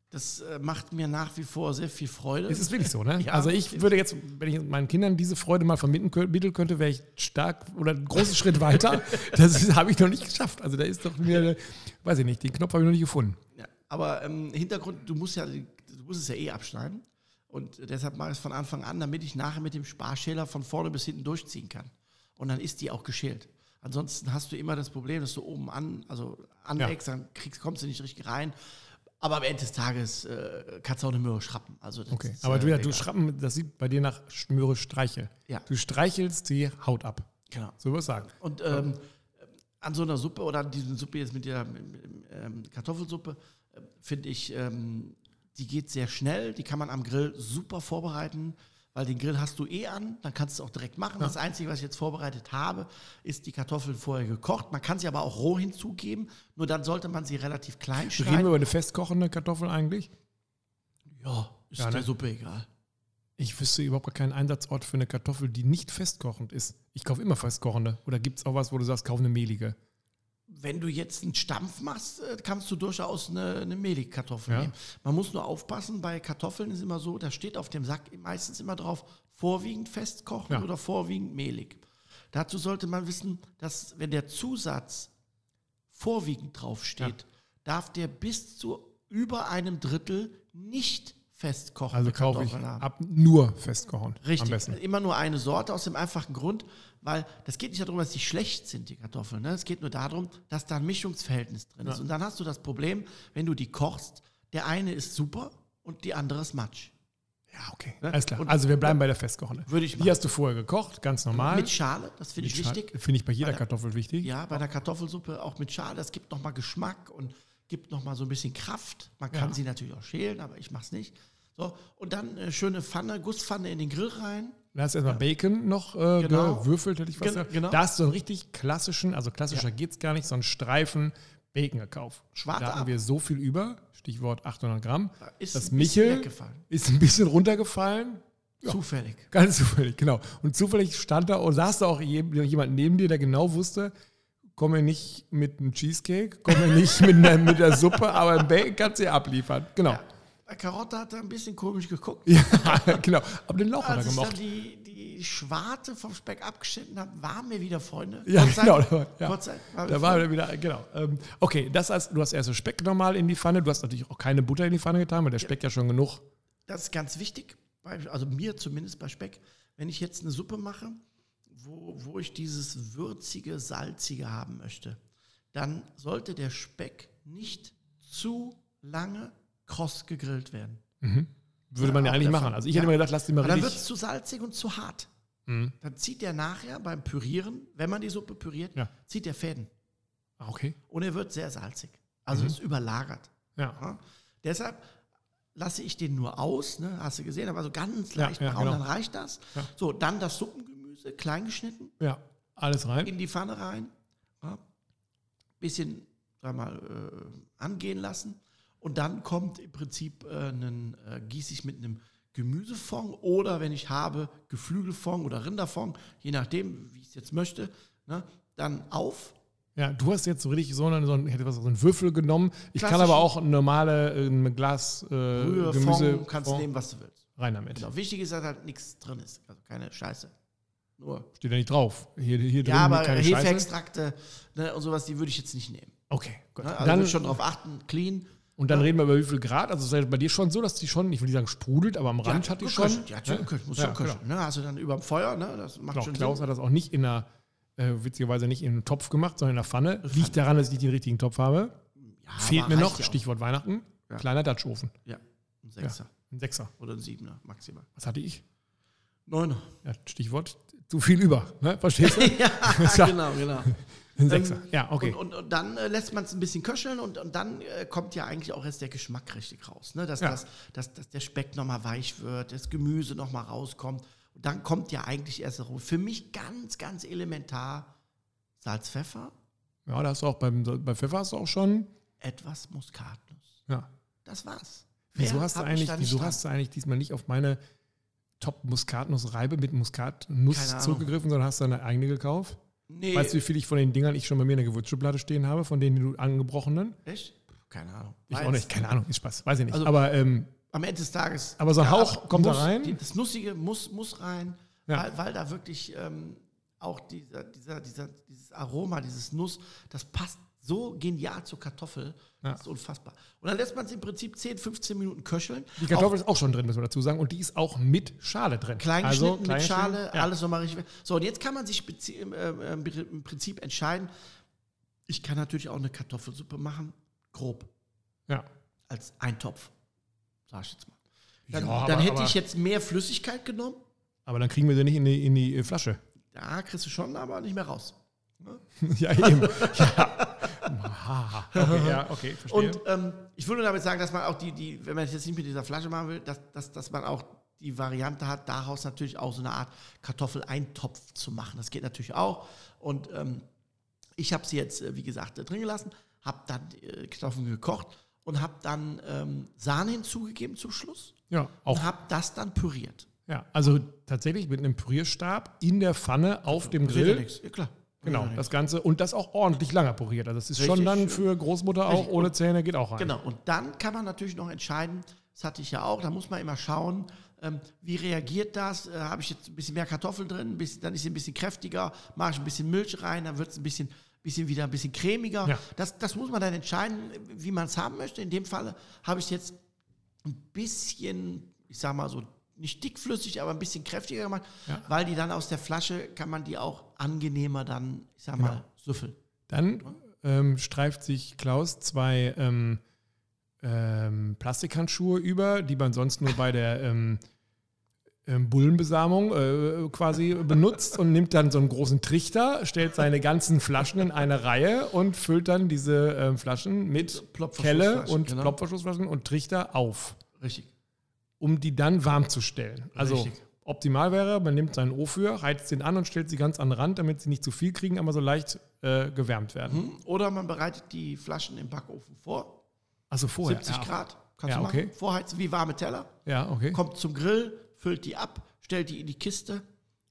B: Das äh, macht mir nach wie vor sehr viel Freude.
A: Es ist wirklich so, ne?
B: Ja.
A: also ich würde jetzt, wenn ich meinen Kindern diese Freude mal vermitteln kö- mitteln könnte, wäre ich stark oder einen großen Schritt weiter. Das ist- habe ich noch nicht geschafft. Also da ist doch mir, weiß ich nicht, den Knopf habe ich noch nicht gefunden.
B: ja, Aber ähm, Hintergrund, du musst ja, du musst es ja eh abschneiden. Und deshalb mache ich es von Anfang an, damit ich nachher mit dem Sparschäler von vorne bis hinten durchziehen kann. Und dann ist die auch geschält. Ansonsten hast du immer das Problem, dass du oben an, also aneckst, dann kriegst, kommst du nicht richtig rein. Aber am Ende des Tages äh, kannst du auch eine Möhre schrappen. Also das
A: Okay,
B: ist,
A: aber du,
B: äh,
A: ja, du
B: egal.
A: Schrappen, das sieht bei dir nach Schmöre Streichel.
B: Ja.
A: Du streichelst die Haut ab.
B: Genau.
A: So würde ich sagen.
B: Und ähm, an so einer Suppe oder an diesen Suppe jetzt mit der ähm, ähm, Kartoffelsuppe äh, finde ich, ähm, die geht sehr schnell. Die kann man am Grill super vorbereiten, weil den Grill hast du eh an, dann kannst du es auch direkt machen. Das Einzige, was ich jetzt vorbereitet habe, ist die Kartoffeln vorher gekocht. Man kann sie aber auch roh hinzugeben, nur dann sollte man sie relativ klein
A: Reden wir
B: schneiden.
A: über eine festkochende Kartoffel eigentlich?
B: Ja, ist
A: Ja, ne?
B: der Suppe egal.
A: Ich wüsste überhaupt gar keinen Einsatzort für eine Kartoffel, die nicht festkochend ist. Ich kaufe immer festkochende. Oder gibt es auch was, wo du sagst, kauf eine mehlige?
B: wenn du jetzt einen Stampf machst, äh, kannst du durchaus eine, eine Mehligkartoffel
A: Ja.
B: nehmen. Man muss nur aufpassen, bei Kartoffeln ist immer so, da steht auf dem Sack meistens immer drauf, vorwiegend festkochen
A: Ja.
B: oder vorwiegend mehlig. Dazu sollte man wissen, dass wenn der Zusatz vorwiegend draufsteht, darf der bis zu über einem Drittel nicht festkochen.
A: Also kaufe ich
B: haben.
A: ab nur festkochen. Am
B: Richtig,
A: besten.
B: immer nur eine Sorte aus dem einfachen Grund, weil das geht nicht darum, dass die schlecht sind, die Kartoffeln. Ne? Es geht nur darum, dass da ein Mischungsverhältnis drin ist. Und dann hast du das Problem, wenn du die kochst, der eine ist super und die andere ist matsch.
A: Ja, okay.
B: Ne?
A: Alles klar.
B: Und-
A: also wir bleiben bei der festkochenden.
B: Würde ich
A: Die
B: machen.
A: hast du vorher gekocht, ganz normal.
B: Mit Schale, das finde ich
A: Mit Scha-
B: wichtig.
A: Finde ich bei jeder
B: Weil-
A: Kartoffel wichtig.
B: Ja, bei der Kartoffelsuppe auch mit Schale, das gibt nochmal Geschmack und gibt nochmal so ein bisschen Kraft. Man kann
A: Ja.
B: sie natürlich auch schälen, aber ich mache es nicht. So, und dann äh, schöne Pfanne, Gusspfanne in den Grill rein.
A: Da hast du erstmal Bacon noch äh,
B: Genau.
A: gewürfelt, hätte ich fast
B: Gen-
A: gesagt.
B: genau.
A: Da hast du einen richtig klassischen, also klassischer geht's gar nicht, so einen Streifen Bacon gekauft.
B: Schwarz
A: Da hatten
B: ab.
A: wir so viel über, Stichwort 800 Gramm.
B: Ist
A: das
B: ein bisschen
A: Michel
B: weggefallen.
A: ist ein bisschen runtergefallen.
B: Zufällig.
A: Ganz zufällig, genau. Und zufällig stand da und saß da auch je- jemand neben dir, der genau wusste, komme nicht mit einem Cheesecake, komme nicht mit einer, mit der Suppe, aber ein Bacon kannst du ja abliefern. Genau.
B: Bei Karotte hat er ein bisschen komisch geguckt.
A: Ja, genau. Aber den Lauch hat er
B: Als Also ich dann
A: gemocht.
B: Ah, die, die Schwarte vom Speck abgeschnitten habe, waren wir wieder Freunde.
A: Ja,
B: Gott sei-
A: genau. Da war, ja.
B: Gott sei, waren wir
A: da war
B: Freunde.
A: er wieder, genau. Ähm, okay, das heißt, du hast erst den Speck normal in die Pfanne. Du hast natürlich auch keine Butter in die Pfanne getan, weil der Speck ja schon genug.
B: Das ist ganz wichtig, bei, also mir zumindest bei Speck, wenn ich jetzt eine Suppe mache, wo, wo ich dieses würzige, salzige haben möchte, dann sollte der Speck nicht zu lange kross gegrillt werden.
A: Würde man ja
B: auch
A: eigentlich
B: der
A: machen.
B: Fall.
A: Also ich Mhm. hätte
B: Ja.
A: immer gedacht, lass die mal
B: Weil dann wird
A: richtig.
B: es zu salzig und zu hart. Dann zieht der nachher beim Pürieren, wenn man die Suppe püriert,
A: Ja.
B: zieht der Fäden.
A: Ah, okay.
B: Und er wird sehr salzig. Also
A: Mhm.
B: ist überlagert.
A: Ja.
B: Ja? Deshalb lasse ich den nur aus, ne? hast du gesehen, aber so ganz
A: Ja,
B: leicht
A: ja,
B: braun,
A: genau.
B: dann reicht das.
A: Ja.
B: So, dann das Suppengemüse, klein geschnitten,
A: ja, alles rein.
B: in die Pfanne rein, ja? bisschen sag mal, äh, angehen lassen und dann kommt im Prinzip äh, einen, äh, gieße ich mit einem Gemüsefond oder wenn ich habe, Geflügelfond oder Rinderfond, je nachdem, wie ich es jetzt möchte, ne? dann auf
A: Ja, du hast jetzt so richtig so einen, so einen, hätte was, so einen Würfel genommen. Ich kann
B: Klassischen-
A: aber auch normale äh, ein Glas äh,
B: Brühe,
A: Gemüse
B: Fond, kannst
A: Fond.
B: nehmen, was du willst.
A: rein damit.
B: Genau. Wichtig ist, dass halt nichts drin ist. Also keine Scheiße. Nur.
A: Steht ja nicht drauf. Hier, hier drin
B: Ja, aber
A: keine Scheiße.
B: Hefeextrakte ne, und sowas, die würde ich jetzt nicht nehmen.
A: Okay, gut.
B: Ne? Also
A: dann,
B: dann schon drauf achten, clean.
A: und dann reden wir über wie viel Grad. Also es ist ja bei dir schon so, dass die schon, ich will nicht sagen sprudelt, aber am Rand hat die schon.
B: Ja, schon köcheln, muss schon köcheln. Ne? Also dann über dem Feuer, ne? das macht
A: Genau,
B: schon
A: Klaus
B: Sinn.
A: hat das auch nicht in einer, äh, witzigerweise nicht in einem Topf gemacht, sondern in einer Pfanne. Liegt daran, dass ich nicht den richtigen Topf habe.
B: Ja,
A: Fehlt
B: aber
A: mir noch,
B: reicht ja auch.
A: Stichwort Weihnachten,
B: Ja.
A: kleiner Dutchofen.
B: Ja, ein
A: Ja,
B: Sechser
A: ein Sechser.
B: oder ein Siebener maximal.
A: Was hatte ich?
B: Neuner.
A: Ja, Stichwort zu viel über. Ne? Verstehst du?
B: ja, genau, genau.
A: Ein Sechser.
B: Ähm,
A: Ja, okay.
B: Und, und, und dann äh, lässt man es ein bisschen köcheln und, und dann äh, kommt ja eigentlich auch erst der Geschmack richtig raus. Ne? Dass,
A: Ja.
B: das, dass, dass der Speck nochmal weich wird, das Gemüse nochmal rauskommt. Und dann kommt ja eigentlich erst rum. Für mich ganz, ganz elementar Salz, Pfeffer,
A: Ja, da hast du auch beim, bei Pfeffer hast du auch schon.
B: etwas Muskatnuss.
A: Ja.
B: Das war's.
A: Wieso
B: Mehr
A: hast, du
B: hab ich
A: eigentlich,
B: da nicht
A: wieso
B: dran.
A: hast du eigentlich diesmal nicht auf meine Top-Muskatnuss-Reibe mit
B: Keine
A: Muskatnuss
B: Ahnung.
A: zurückgegriffen, sondern hast deine eigene gekauft?
B: Nee,
A: Weißt du, wie viel ich von den Dingern ich schon bei mir in der Gewürzschublade stehen habe, von denen du angebrochenen?
B: echt? Keine Ahnung.
A: Ich auch
B: Weiß.
A: nicht, keine Ahnung, ist Spaß, weiß ich nicht.
B: Also-
A: aber ähm,
B: Am Ende des Tages.
A: Aber so ein
B: Ja,
A: Hauch kommt da
B: muss,
A: rein?
B: Die, das Nussige muss, muss rein,
A: Ja.
B: weil, weil da wirklich ähm, auch dieser, dieser, dieser, dieses Aroma, dieses Nuss, das passt so genial zur Kartoffel.
A: Ja.
B: Das ist unfassbar. Und dann lässt man es im Prinzip 10, 15 Minuten köcheln.
A: Die Kartoffel ist auch schon drin, müssen wir dazu sagen. Und die ist auch mit Schale drin. Also
B: Klein geschnitten, mit
A: klein
B: Schale,
A: geschnitten,
B: alles nochmal richtig. So, und jetzt kann man sich spezi- ähm, ähm, im Prinzip entscheiden. Ich kann natürlich auch eine Kartoffelsuppe machen, grob,
A: Ja.
B: als Eintopf. Sag ich jetzt mal.
A: ja.
B: Dann,
A: ja,
B: dann
A: aber,
B: hätte
A: aber,
B: ich jetzt mehr Flüssigkeit genommen.
A: aber dann kriegen wir sie nicht in die, in die äh, Flasche.
B: Da kriegst du schon, aber nicht mehr raus.
A: ja, eben. ja. Aha. Okay, ja, okay, verstehe.
B: Und ähm, ich würde damit sagen, dass man auch die, die wenn man es jetzt nicht mit dieser Flasche machen will, dass, dass, dass man auch die Variante hat, daraus natürlich auch so eine Art Kartoffeleintopf zu machen. Das geht natürlich auch. Und ähm, ich habe sie jetzt, äh, wie gesagt, äh, drin gelassen, habe dann äh, Kartoffeln gekocht und habe dann ähm, Sahne hinzugegeben zum Schluss
A: ja, auch
B: und habe das dann püriert.
A: Ja, also tatsächlich mit einem Pürierstab in der Pfanne auf dem
B: Passiert ja
A: Grill.
B: nichts. Ja, klar. Passiert
A: Genau,
B: ja nichts.
A: das Ganze und das auch ordentlich lange püriert. Also das ist schon
B: Richtig
A: dann
B: schön.
A: für Großmutter auch
B: Richtig.
A: ohne Zähne geht auch rein.
B: Genau, und dann kann man natürlich noch entscheiden, das hatte ich ja auch, da muss man immer schauen, ähm, wie reagiert das? Äh, Habe ich jetzt ein bisschen mehr Kartoffeln drin, ein bisschen, dann ist sie ein bisschen kräftiger, mache ich ein bisschen Milch rein, dann wird es ein bisschen, bisschen wieder ein bisschen cremiger.
A: Ja.
B: Das, das muss man dann entscheiden, wie man es haben möchte. In dem Falle habe ich es jetzt ein bisschen, ich sag mal so, nicht dickflüssig, aber ein bisschen kräftiger gemacht,
A: Ja.
B: weil die dann aus der Flasche kann man die auch angenehmer dann, ich sag mal, süffeln.
A: Dann ähm, streift sich Klaus zwei ähm, ähm, Plastikhandschuhe über, die man sonst nur bei der ähm, ähm, Bullenbesamung äh, quasi benutzt und nimmt dann so einen großen Trichter, stellt seine ganzen Flaschen in eine Reihe und füllt dann diese ähm, Flaschen mit Kelle
B: Plopverschlussflaschen,
A: und
B: genau.
A: Plopverschlussflaschen und Trichter auf.
B: Richtig.
A: um die dann warm zu stellen. Also
B: Richtig.
A: optimal wäre, man nimmt seinen Ofür, heizt den an und stellt sie ganz an den Rand, damit sie nicht zu viel kriegen, aber so leicht äh, gewärmt werden.
B: Hm? Oder man bereitet die Flaschen im Backofen vor,
A: Also vorher.
B: 70
A: ja.
B: Grad, kannst
A: Ja,
B: du machen.
A: okay.
B: Vorheizen wie warme Teller.
A: Ja, okay.
B: Kommt zum Grill, füllt die ab, stellt die in die Kiste,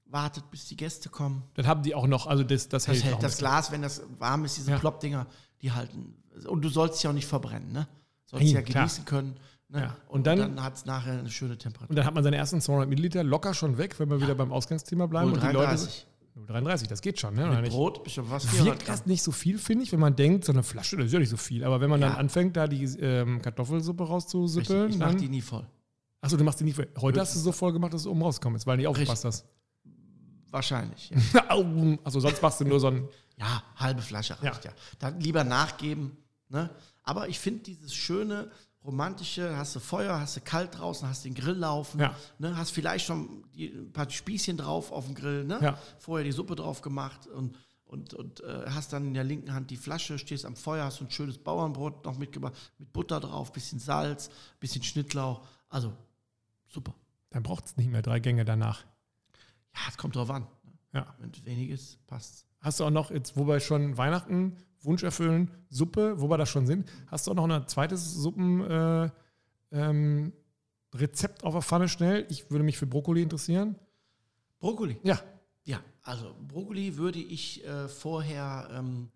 B: wartet, bis die Gäste kommen.
A: Dann haben die auch noch, also das, das,
B: Das
A: hält noch
B: hält
A: ein
B: das
A: bisschen.
B: Glas, wenn das warm ist, diese
A: Ja.
B: Ploppdinger, die halten. Und du sollst sie auch nicht verbrennen, ne? Sollst sie ja
A: Nein, klar.
B: genießen können. Ne?
A: Ja. Und
B: Und,
A: dann-
B: dann, dann hat es nachher eine schöne Temperatur.
A: Und dann hat man seine ersten 200 Milliliter locker schon weg, wenn wir wieder beim Ausgangsthema bleiben. Und die Leute
B: 0,33.
A: 0,33, das geht schon, ne? oder
B: Mit
A: nicht?
B: Brot, bestimmt was
A: Wirkt
B: 400 Gramm.
A: das nicht so viel, finde ich, wenn man denkt, so eine Flasche, das ist ja nicht so viel. Aber wenn man dann
B: Ja.
A: anfängt, da die ähm, Kartoffelsuppe
B: Richtig.
A: rauszusüppeln,
B: Ich mach
A: dann.
B: die nie voll.
A: Achso, du machst die nicht. voll. Heute hast du es so voll gemacht, dass du oben rausgekommen ist, weil du nicht aufgepasst hast.
B: Wahrscheinlich. Ja.
A: Also sonst machst du nur so ein.
B: Ja, halbe Flasche reicht ja. Dann lieber nachgeben. Ne? Aber ich finde dieses schöne, romantische, hast du Feuer, hast du kalt draußen, hast den Grill laufen,
A: Ja.
B: ne? hast vielleicht schon die, ein paar Spießchen drauf auf dem Grill, ne?
A: Ja.
B: vorher die Suppe drauf gemacht und, und, und äh, hast dann in der linken Hand die Flasche, stehst am Feuer, hast so ein schönes Bauernbrot noch mitgebracht, mit Butter drauf, bisschen Salz, bisschen Schnittlauch. Also super.
A: Dann braucht es nicht mehr drei Gänge danach.
B: Ja, es kommt drauf an. ne?
A: Ja.
B: Wenn es wenig ist, passt
A: Hast du auch noch, jetzt, wo wir schon Weihnachten, Wunsch erfüllen, Suppe, wo wir da schon sind, hast du auch noch ein zweites Suppen äh, ähm, Rezept auf der Pfanne schnell? Ich würde mich für Brokkoli interessieren.
B: Brokkoli.
A: Ja.
B: Ja, also Brokkoli würde ich äh, vorher, ähm,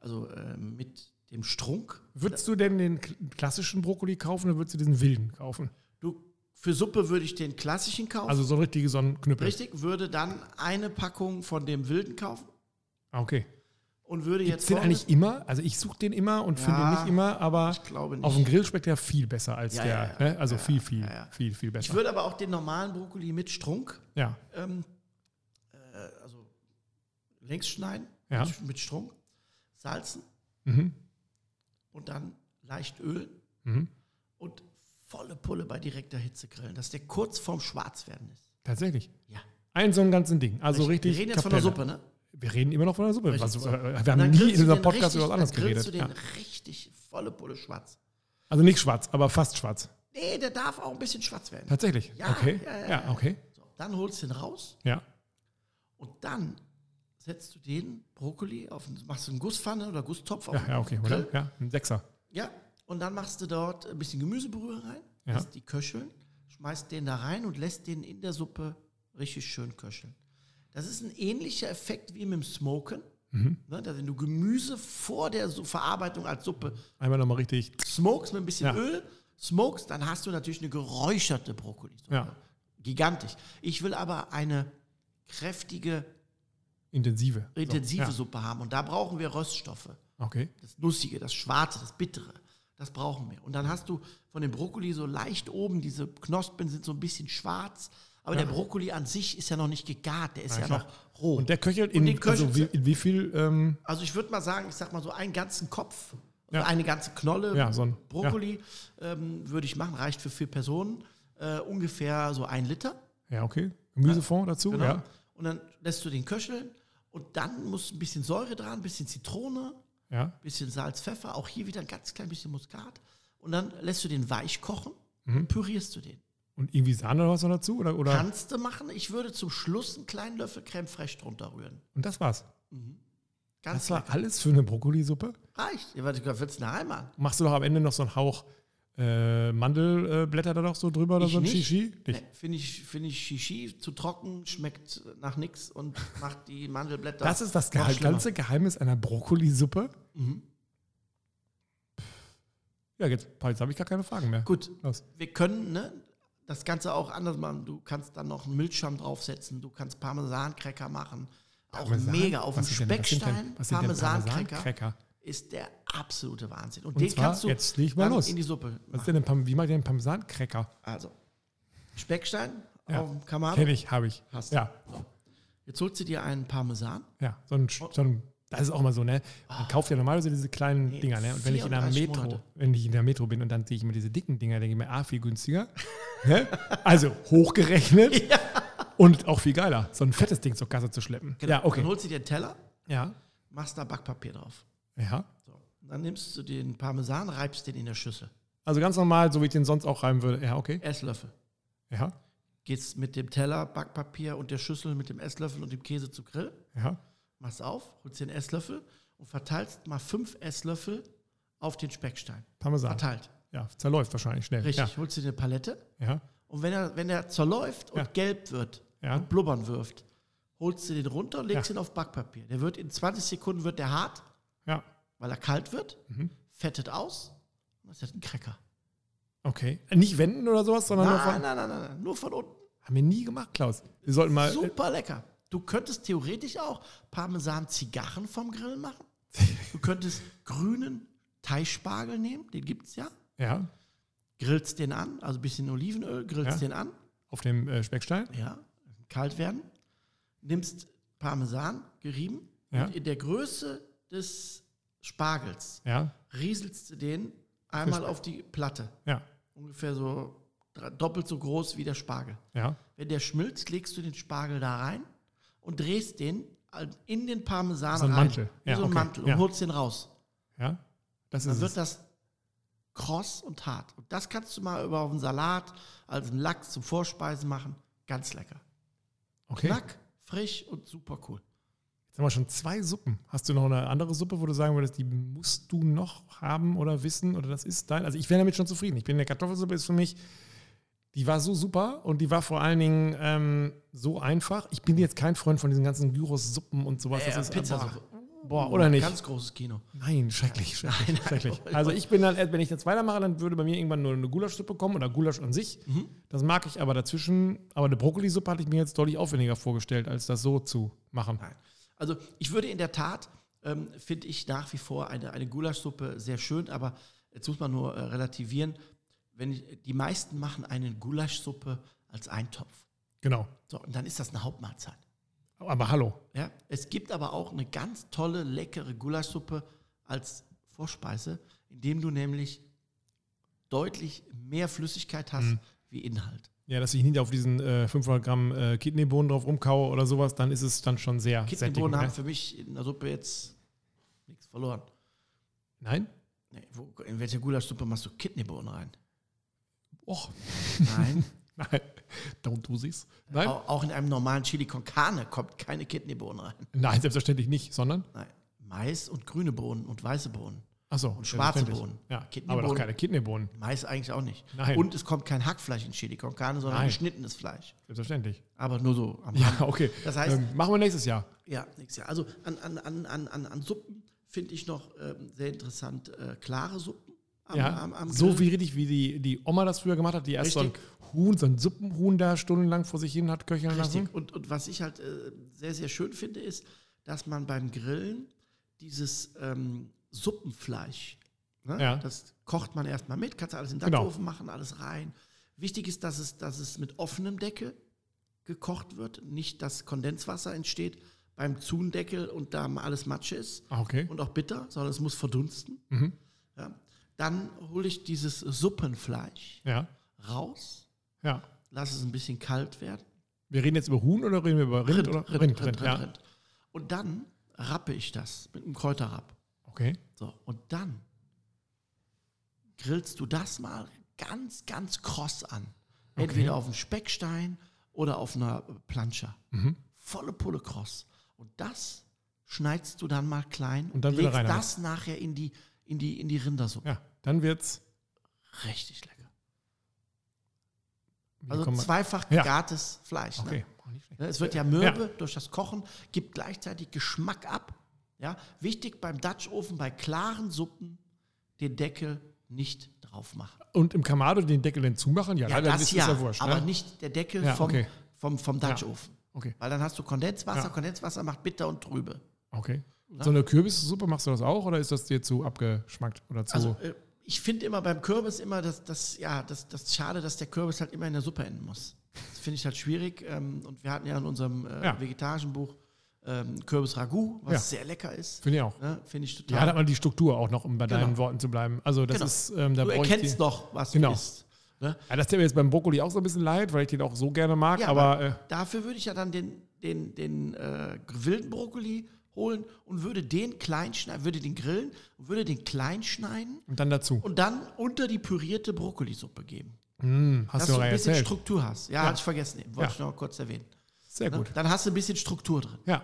B: also äh, mit dem Strunk,
A: Würdest du denn den kl- klassischen Brokkoli kaufen oder würdest du diesen wilden kaufen?
B: du, für Suppe würde ich den klassischen kaufen.
A: Also so ein richtiges Sonnenknüppel.
B: richtig, würde dann eine Packung von dem wilden kaufen
A: Ah, okay.
B: und würde
A: Gibt's
B: jetzt
A: den
B: folgendes-
A: eigentlich immer? Also ich suche den immer und finde den
B: Ja,
A: nicht immer, aber
B: ich glaube nicht.
A: auf dem Grill schmeckt der viel besser als
B: Ja,
A: der.
B: ja, ja.
A: ne? Also
B: Ja,
A: viel, viel,
B: ja, ja.
A: viel, viel
B: ich
A: besser.
B: würde aber auch den normalen Brokkoli mit Strunk,
A: ja.
B: ähm, äh, also längs schneiden
A: Ja.
B: mit, mit Strunk, salzen
A: Mhm.
B: und dann leicht ölen
A: Mhm.
B: und volle Pulle bei direkter Hitze grillen, dass der kurz vorm Schwarzwerden ist.
A: Tatsächlich.
B: Ja.
A: Ein so einen ganzen Ding. Also richtig.
B: Wir reden jetzt von der
A: Kapelle.
B: Suppe, ne?
A: Wir reden immer noch von der Suppe.
B: Richtig,
A: Was,
B: so.
A: äh,
B: Und
A: wir
B: dann
A: haben nie in
B: grillst du
A: unserem
B: den
A: Podcast über was
B: richtig-
A: anderes
B: dann grillst
A: geredet.
B: du
A: Ja.
B: den richtig volle Pulle schwarz.
A: Also nicht schwarz, aber fast schwarz.
B: Nee, der darf auch ein bisschen schwarz werden.
A: Tatsächlich.
B: Ja,
A: okay.
B: ja, ja,
A: ja, okay.
B: So, dann holst du ihn raus
A: Ja.
B: und dann setzt du den Brokkoli auf, den- machst du einen Gusspfanne oder Gusstopf auf
A: Ja, ja,
B: den
A: okay.
B: Grill.
A: Oder? Ja, ein Sechser.
B: Ja, und dann machst du dort ein bisschen Gemüsebrühe rein,
A: Ja.
B: lässt die köcheln, schmeißt den da rein und lässt den in der Suppe richtig schön köcheln. Das ist ein ähnlicher Effekt wie mit dem Smoken.
A: Mhm.
B: Ne, da, wenn du Gemüse vor der Su Verarbeitung als Suppe
A: Einmal nochmal richtig.
B: smokes mit ein bisschen
A: Ja.
B: Öl, smokes, dann hast du natürlich eine geräucherte Brokkolisuppe.
A: Ja.
B: Gigantisch. Ich will aber eine kräftige,
A: Intensive.
B: intensive
A: ja.
B: Suppe haben und da brauchen wir Röststoffe.
A: Okay.
B: Das Nussige, das Schwarze, das Bittere. Das brauchen wir. Und dann hast du von dem Brokkoli so leicht oben, diese Knospen sind so ein bisschen schwarz. Aber
A: Ja.
B: der Brokkoli an sich ist ja noch nicht gegart, der ist
A: Na
B: ja,
A: klar.
B: noch roh.
A: Und der köchelt
B: Oh.
A: in,
B: Und den
A: also
B: köchelt's-
A: wie, in wie viel? Ähm,
B: also ich würde mal sagen, ich sag mal so einen ganzen Kopf,
A: Ja.
B: oder eine ganze Knolle
A: Ja, so ein-
B: Ähm, Brokkoli ähm, würde ich machen, reicht für vier Personen. Äh, ungefähr so ein Liter.
A: ja, okay. Gemüsefond dazu,
B: Genau.
A: ja.
B: Und dann lässt du den köcheln und dann muss ein bisschen Säure dran, ein bisschen Zitrone,
A: Ja,
B: ein bisschen Salz, Pfeffer, auch hier wieder ein ganz klein bisschen Muskat. Und dann lässt du den weich kochen,
A: Mhm.
B: pürierst du den.
A: und irgendwie Sahne oder was noch dazu? Oder, oder?
B: Kannst du machen. Ich würde zum Schluss einen kleinen Löffel Creme fraiche drunter rühren.
A: Und das war's.
B: Ganz
A: Das war
B: klar.
A: alles für eine Brokkolisuppe?
B: Reicht. Ja, warte, willst du eine Heim an?
A: Machst du doch am Ende noch so einen Hauch äh, Mandelblätter da doch so drüber oder
B: Ich
A: so ein
B: nicht.
A: Shishi? Nicht.
B: Nee, Finde ich, find ich Shishi zu trocken, schmeckt nach nichts und macht die Mandelblätter.
A: Das ist das
B: noch
A: Geheim,
B: schlimmer. Mhm.
A: ganze Geheimnis einer Brokkolisuppe. Ja, jetzt, Paul, jetzt habe ich gar keine Fragen mehr.
B: Gut,
A: Los.
B: wir können ne, das Ganze auch anders machen. Du kannst dann noch einen Milchscham draufsetzen, du kannst Parmesancracker machen. Auch
A: Parmesan?
B: mega auf dem
A: Was sind denn- was sind denn-
B: Speckstein.
A: was sind denn
B: Parmesancracker
A: Parmesan-Cracker?
B: ist der absolute Wahnsinn. Und,
A: Und
B: den
A: zwar,
B: kannst du
A: jetzt leg ich mal
B: dann
A: los.
B: in die Suppe.
A: Was ist denn ein Parm- wie macht ihr einen Parmesan-Cracker?
B: Also, Speckstein
A: Ja.
B: auf dem Kamado.
A: Kenn ich, habe ich.
B: Hast du.
A: ja,
B: Jetzt holst du dir einen Parmesan.
A: ja. So ein,
B: Oh.
A: so ein, das ist auch immer so, ne? Man kauft ja normalerweise diese kleinen Dinger, ne? Und wenn ich in der
B: 34
A: Metro,
B: Ah. Monate.
A: wenn ich in der Metro bin und dann sehe ich mir diese dicken Dinger, denke ich mir, ah, viel günstiger. ne? Also hochgerechnet und auch viel geiler, so ein fettes Ding zur Kasse zu schleppen. Ja,
B: Genau. Dann
A: okay.
B: holst du dir einen Teller,
A: Ja.
B: machst da Backpapier drauf.
A: Ja.
B: So. Dann nimmst du den Parmesan, reibst den in der Schüssel.
A: Also ganz normal, so wie ich den sonst auch reiben würde. Ja, okay.
B: Esslöffel.
A: Ja,
B: Gehst mit dem Teller, Backpapier und der Schüssel mit dem Esslöffel und dem Käse zu Grill.
A: ja.
B: Machst auf, holst dir einen Esslöffel und verteilst mal fünf Esslöffel auf den Speckstein.
A: Parmesan.
B: Verteilt.
A: Ja, zerläuft wahrscheinlich schnell.
B: Richtig. Holst dir eine Palette
A: Ja, ja.
B: und wenn er, wenn er zerläuft und
A: Ja.
B: gelb wird
A: Ja.
B: und blubbern wirft, holst du den runter und legst
A: Ja.
B: ihn auf Backpapier. Der wird in 20 Sekunden wird der hart,
A: ja.
B: weil er kalt wird,
A: Mhm.
B: fettet aus und das ist ein Cracker.
A: Okay. Nicht wenden oder sowas, sondern nur
B: Nein,
A: von.
B: nein, nein, nein, nein, nur von unten.
A: Haben wir nie gemacht, Klaus. Wir sollten mal. äh,
B: Super lecker. Du könntest theoretisch auch Parmesan-Zigarren vom Grill machen. Du könntest grünen Teigspargel nehmen, den gibt es ja.
A: Ja.
B: Grillst den an, also ein bisschen Olivenöl, grillst
A: Ja.
B: den an,
A: Auf dem äh, Speckstein.
B: ja, kalt werden. Nimmst Parmesan, gerieben,
A: Ja.
B: und in der Größe des Spargels
A: Ja.
B: rieselst du den einmal auf die Platte.
A: Ja.
B: Ungefähr so dr- doppelt so groß wie der Spargel.
A: Ja.
B: Wenn der schmilzt, legst du den Spargel da rein und drehst den in den Parmesan
A: So ein
B: rein.
A: Mantel.
B: Wie
A: Ja,
B: so ein
A: okay.
B: Mantel. Und
A: Ja.
B: holst den raus.
A: Ja. Das
B: Dann
A: ist
B: wird
A: es.
B: das kross und hart. Und das kannst du mal über auf einen Salat, als einen Lachs zum Vorspeisen machen. Ganz lecker.
A: Okay. Jetzt
B: Knack, frisch und super cool.
A: haben wir schon zwei Suppen. Hast du noch eine andere Suppe, wo du sagen würdest, die musst du noch haben oder wissen oder das ist dein? Also ich wäre damit schon zufrieden. Ich bin der Kartoffelsuppe ist für mich, die war so super und die war vor allen Dingen ähm, so einfach. Ich bin jetzt kein Freund von diesen ganzen Gyros-Suppen und sowas.
B: Äh,
A: ist
B: Pizzasuppe.
A: Boah, boah oder nicht?
B: Ganz großes Kino.
A: Nein, schrecklich, schrecklich,
B: nein.
A: schrecklich. Also ich bin dann, wenn ich jetzt weitermache, dann würde bei mir irgendwann nur eine Gulaschsuppe kommen oder Gulasch an sich.
B: Mhm.
A: Das mag ich aber dazwischen. Aber eine Brokkolisuppe hatte ich mir jetzt deutlich aufwendiger vorgestellt, als das so zu machen.
B: Nein. Also ich würde in der Tat, ähm, finde ich nach wie vor eine, eine Gulaschsuppe sehr schön, aber jetzt muss man nur äh, relativieren, wenn ich, die meisten machen eine Gulaschsuppe als Eintopf.
A: Genau.
B: So, und dann ist das eine Hauptmahlzeit.
A: Aber hallo.
B: Ja? Es gibt aber auch eine ganz tolle, leckere Gulaschsuppe als Vorspeise, indem du nämlich deutlich mehr Flüssigkeit
A: Mhm.
B: hast wie Inhalt.
A: Ja, dass ich nicht auf diesen äh, 500 Gramm äh, Kidneybohnen drauf rumkaue oder sowas, dann ist es dann schon sehr
B: Kidneybohnen haben
A: sättigend,
B: für mich in der Suppe jetzt nichts verloren.
A: ne? Nein?
B: Nee, wo, in welche Gulaschsuppe machst du Kidneybohnen rein?
A: Och,
B: Nein.
A: nein. Don't do this. Nein?
B: Au- Auch in einem normalen Chili con Carne kommt keine Kidneybohnen rein.
A: Nein, selbstverständlich nicht, sondern?
B: Nein. Mais und grüne Bohnen und weiße Bohnen.
A: Achso.
B: Und schwarze Bohnen.
A: Ja, aber
B: Kidneybohnen.
A: doch keine Kidneybohnen.
B: Mais eigentlich auch nicht.
A: Nein.
B: Und es kommt kein Hackfleisch in Chili con Carne, sondern
A: Nein.
B: geschnittenes Fleisch.
A: Selbstverständlich.
B: Aber nur so am
A: Ja,
B: Rande.
A: okay.
B: Das heißt-
A: ähm, machen wir nächstes Jahr.
B: Ja, nix, ja. Also an, an, an, an, an, an Suppen finde ich noch ähm, sehr interessant äh, klare Suppen am,
A: Ja,
B: am, am
A: so
B: Grill.
A: wie richtig, wie die, die Oma das früher gemacht hat, die erst
B: Richtig.
A: so ein Huhn, so ein Suppenhuhn da stundenlang vor sich hin hat köcheln lassen.
B: Richtig. Und, und was ich halt äh, sehr, sehr schön finde, ist, dass man beim Grillen dieses ähm, Suppenfleisch. Ne?
A: Ja.
B: Das kocht man erstmal mit, kannst du alles in den
A: Genau.
B: Dackelofen machen, alles rein. Wichtig ist, dass es, dass es mit offenem Deckel gekocht wird, nicht dass Kondenswasser entsteht beim Zundeckel und da alles Matsche ist
A: Ah, okay.
B: und auch bitter, sondern es muss verdunsten.
A: Mhm.
B: Ja. Dann hole ich dieses Suppenfleisch
A: Ja.
B: raus,
A: Ja.
B: lasse es ein bisschen kalt werden.
A: Wir reden jetzt über Huhn oder reden wir über Rind? oder? ja.
B: Rind. Und dann rappe ich das mit einem Kräuterrapp.
A: Okay.
B: So, und dann grillst du das mal ganz, ganz kross an. Entweder auf einem Speckstein oder auf einer Plancha.
A: Mhm.
B: Volle Pulle kross. Und das schneidest du dann mal klein
A: Und dann wieder
B: legst
A: rein damit.
B: das nachher in die, in die, in die Rindersuppe.
A: Ja. Dann wird's.
B: Richtig lecker.
A: Wie
B: Also
A: kommen wir-
B: zweifach
A: Ja.
B: gegartes Fleisch. Ne?
A: Okay. Auch nicht schlecht.
B: Ja, Es wird ja mürbe durch das Kochen, gibt gleichzeitig Geschmack ab. Ja, wichtig beim Dutch-Ofen bei klaren Suppen den Deckel nicht drauf machen.
A: Und im Kamado den Deckel dann zumachen? Ja,
B: Ja,
A: dann
B: das
A: ist
B: ja,
A: es ja wurscht.
B: aber
A: ne?
B: nicht der Deckel
A: Ja,
B: vom,
A: okay.
B: vom, vom Dutch-Ofen.
A: Okay.
B: Weil dann hast du Kondenswasser,
A: Ja. Oh.
B: Kondenswasser macht bitter und trübe.
A: Okay.
B: Ne?
A: So eine Kürbissuppe, machst du das auch oder ist das dir zu abgeschmackt oder zu.
B: Also äh, ich finde immer beim Kürbis immer, dass das, ja, das, das schade, dass der Kürbis halt immer in der Suppe enden muss. Das finde ich halt schwierig. Ähm, und wir hatten ja in unserem äh,
A: Ja.
B: vegetarischen Buch ähm, Kürbis Ragout, was
A: Ja.
B: sehr lecker ist.
A: Finde ich auch.
B: Ne? Finde ich total.
A: Ja, da hat man die Struktur auch noch, um bei deinen
B: Genau.
A: Worten zu bleiben. Also, das
B: Genau.
A: ist. Ähm, da
B: du
A: brauch ich
B: erkennst
A: die-
B: doch, was
A: Genau.
B: du isst. Ne?
A: Ja, das tut mir jetzt beim Brokkoli auch so ein bisschen leid, weil ich den auch so gerne mag,
B: Ja,
A: aber.
B: aber-
A: äh,
B: Dafür würde ich ja dann den, den, den äh, gewillten Brokkoli holen und würde den klein schneiden, würde den grillen und würde den klein schneiden
A: und dann dazu.
B: und dann unter die pürierte Brokkolisuppe geben.
A: Hm, hast
B: Dass
A: du
B: du
A: ja
B: ein bisschen
A: erzählt.
B: Struktur hast. Ja, hatte ich vergessen. eben. Wollte
A: Ja.
B: ich noch kurz erwähnen.
A: Sehr
B: Ne?
A: gut.
B: Dann hast du ein bisschen Struktur drin.
A: Ja.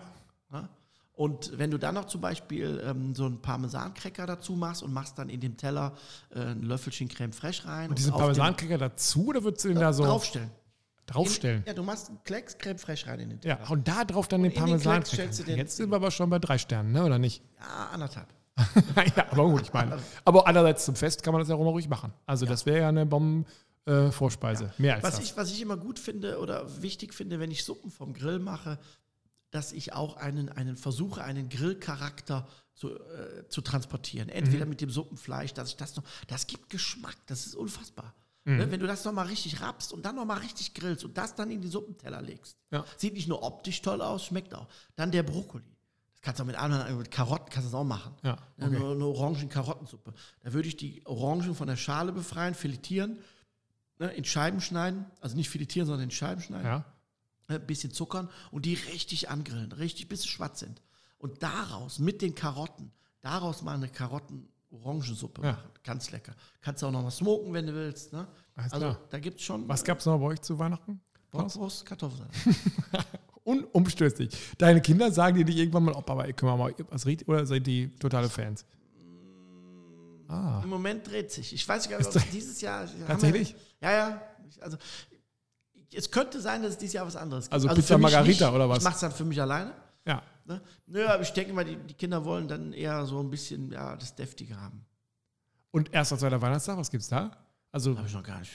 B: Ne? Und wenn du dann noch zum Beispiel ähm, so einen Parmesancracker dazu machst und machst dann in dem Teller äh, ein Löffelchen Creme Fraiche rein
A: Und diesen
B: auf den-
A: Parmesankicker dazu oder würdest du den da so
B: draufstellen.
A: draufstellen?
B: Ja, du machst einen Klecks Creme Fraiche rein in den Teller.
A: Ja, und da drauf dann den
B: in den
A: Parmesan.
B: Klecks stellst du den-
A: Jetzt sind wir aber schon bei drei Sternen, ne? oder nicht?
B: Ja, anderthalb.
A: ja, aber gut, ich meine. Aber andererseits zum Fest kann man das ja auch mal ruhig machen. Also, das wäre ja eine Bomben-Vorspeise. Mehr als
B: Was
A: das.
B: ich, was ich immer gut finde oder wichtig finde, wenn ich Suppen vom Grill mache, dass ich auch einen, einen versuche, einen Grillcharakter zu, äh, zu transportieren. Entweder mit dem Suppenfleisch, dass ich das noch. Das gibt Geschmack, das ist unfassbar. Ne? Wenn du das nochmal richtig rappst und dann nochmal richtig grillst und das dann in die Suppenteller legst.
A: Ja.
B: Sieht nicht nur optisch toll aus, schmeckt auch. Dann der Brokkoli. Das kannst du auch mit anderen, mit Karotten kannst du das auch machen.
A: Ja,
B: Ne,
A: okay.
B: Eine, eine Orangen-Karottensuppe. Da würde ich die Orangen von der Schale befreien, filetieren ne, in Scheiben schneiden, also nicht filetieren, sondern in Scheiben schneiden,
A: Ja.
B: ne, ein bisschen zuckern und die richtig angrillen, richtig bis sie schwarz sind. Und daraus mit den Karotten, daraus mal eine Karotten-Orangensuppe
A: Ja.
B: machen. Ganz lecker. Kannst du auch noch mal smoken, wenn du willst. Ne?
A: Alles
B: also
A: klar.
B: da gibt es schon
A: Was gab es noch bei euch zu Weihnachten? Klaus?
B: Bratwurst, Kartoffelsalat.
A: Unumstößlich. Deine Kinder sagen dir nicht irgendwann mal, ob aber ey, können wir mal was riecht oder seid die totale Fans? Ah,
B: Im Moment dreht sich. Ich weiß gar nicht, ob
A: Ist-
B: es dieses Jahr. haben wir-
A: Tatsächlich?
B: Ja, ja. Ich- Also, es könnte sein, dass es dieses Jahr was anderes gibt.
A: Also
B: für
A: Pizza
B: mich
A: Margarita
B: nicht.
A: oder was?
B: Ich mache es dann für mich alleine.
A: ja.
B: Ne? Nö, aber ich denke mal, die, die Kinder wollen dann eher so ein bisschen ja, das Deftige haben.
A: Und erster, zweiter Weihnachtstag, was gibt's da? Also,
B: Habe ich noch gar nicht.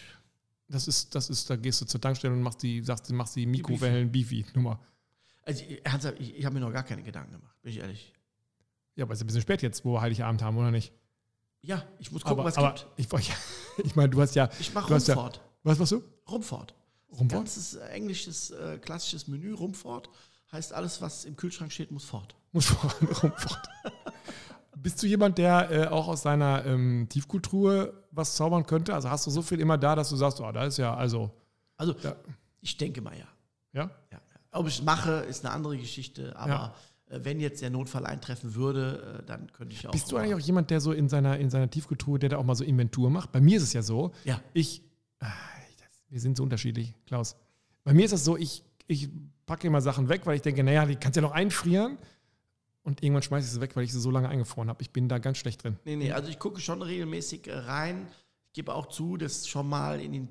A: das ist, das ist, da gehst du zur Tankstelle und machst die, sagst, du, machst die Mikrowellen-Beefy-Nummer.
B: Also ich- ernsthaft, ich, ich habe mir noch gar keine Gedanken gemacht, bin ich ehrlich.
A: Ja, aber ist ein bisschen spät jetzt, wo wir Heiligabend haben, oder nicht?
B: Ja, ich muss gucken,
A: aber,
B: was
A: aber
B: gibt.
A: ich, wollt- ich meine, du hast ja.
B: Ich mache
A: du hast ja-
B: Rumford.
A: Was machst du?
B: Rumford.
A: Rumfort?
B: Ganzes äh, englisches, äh, klassisches Menü, Rumford. Heißt, alles, was im Kühlschrank steht, muss fort.
A: Muss voran, Rumfort. Bist du jemand, der äh, auch aus seiner ähm, Tiefkultur was zaubern könnte? Also hast du so viel immer da, dass du sagst, oh, da ist ja, also,
B: Also,
A: Ja.
B: ich denke mal ja.
A: ja?
B: ja. Ob ich es mache, ist eine andere Geschichte, aber äh, wenn jetzt der Notfall eintreffen würde, äh, dann könnte ich auch.
A: Bist du eigentlich auch jemand, der so in seiner, in seiner Tiefkultur, der da auch mal so Inventur macht? Bei mir ist es ja so,
B: Ja.
A: ich, ah, das, wir sind so unterschiedlich, Klaus. Bei mir ist das so, ich, ich packe immer Sachen weg, weil ich denke, naja, die kannst du ja noch einfrieren. Und irgendwann schmeiße ich sie weg, weil ich sie so lange eingefroren habe. Ich bin da ganz schlecht drin.
B: Nee, nee, also ich gucke schon regelmäßig äh, rein. Ich gebe auch zu, dass schon mal in den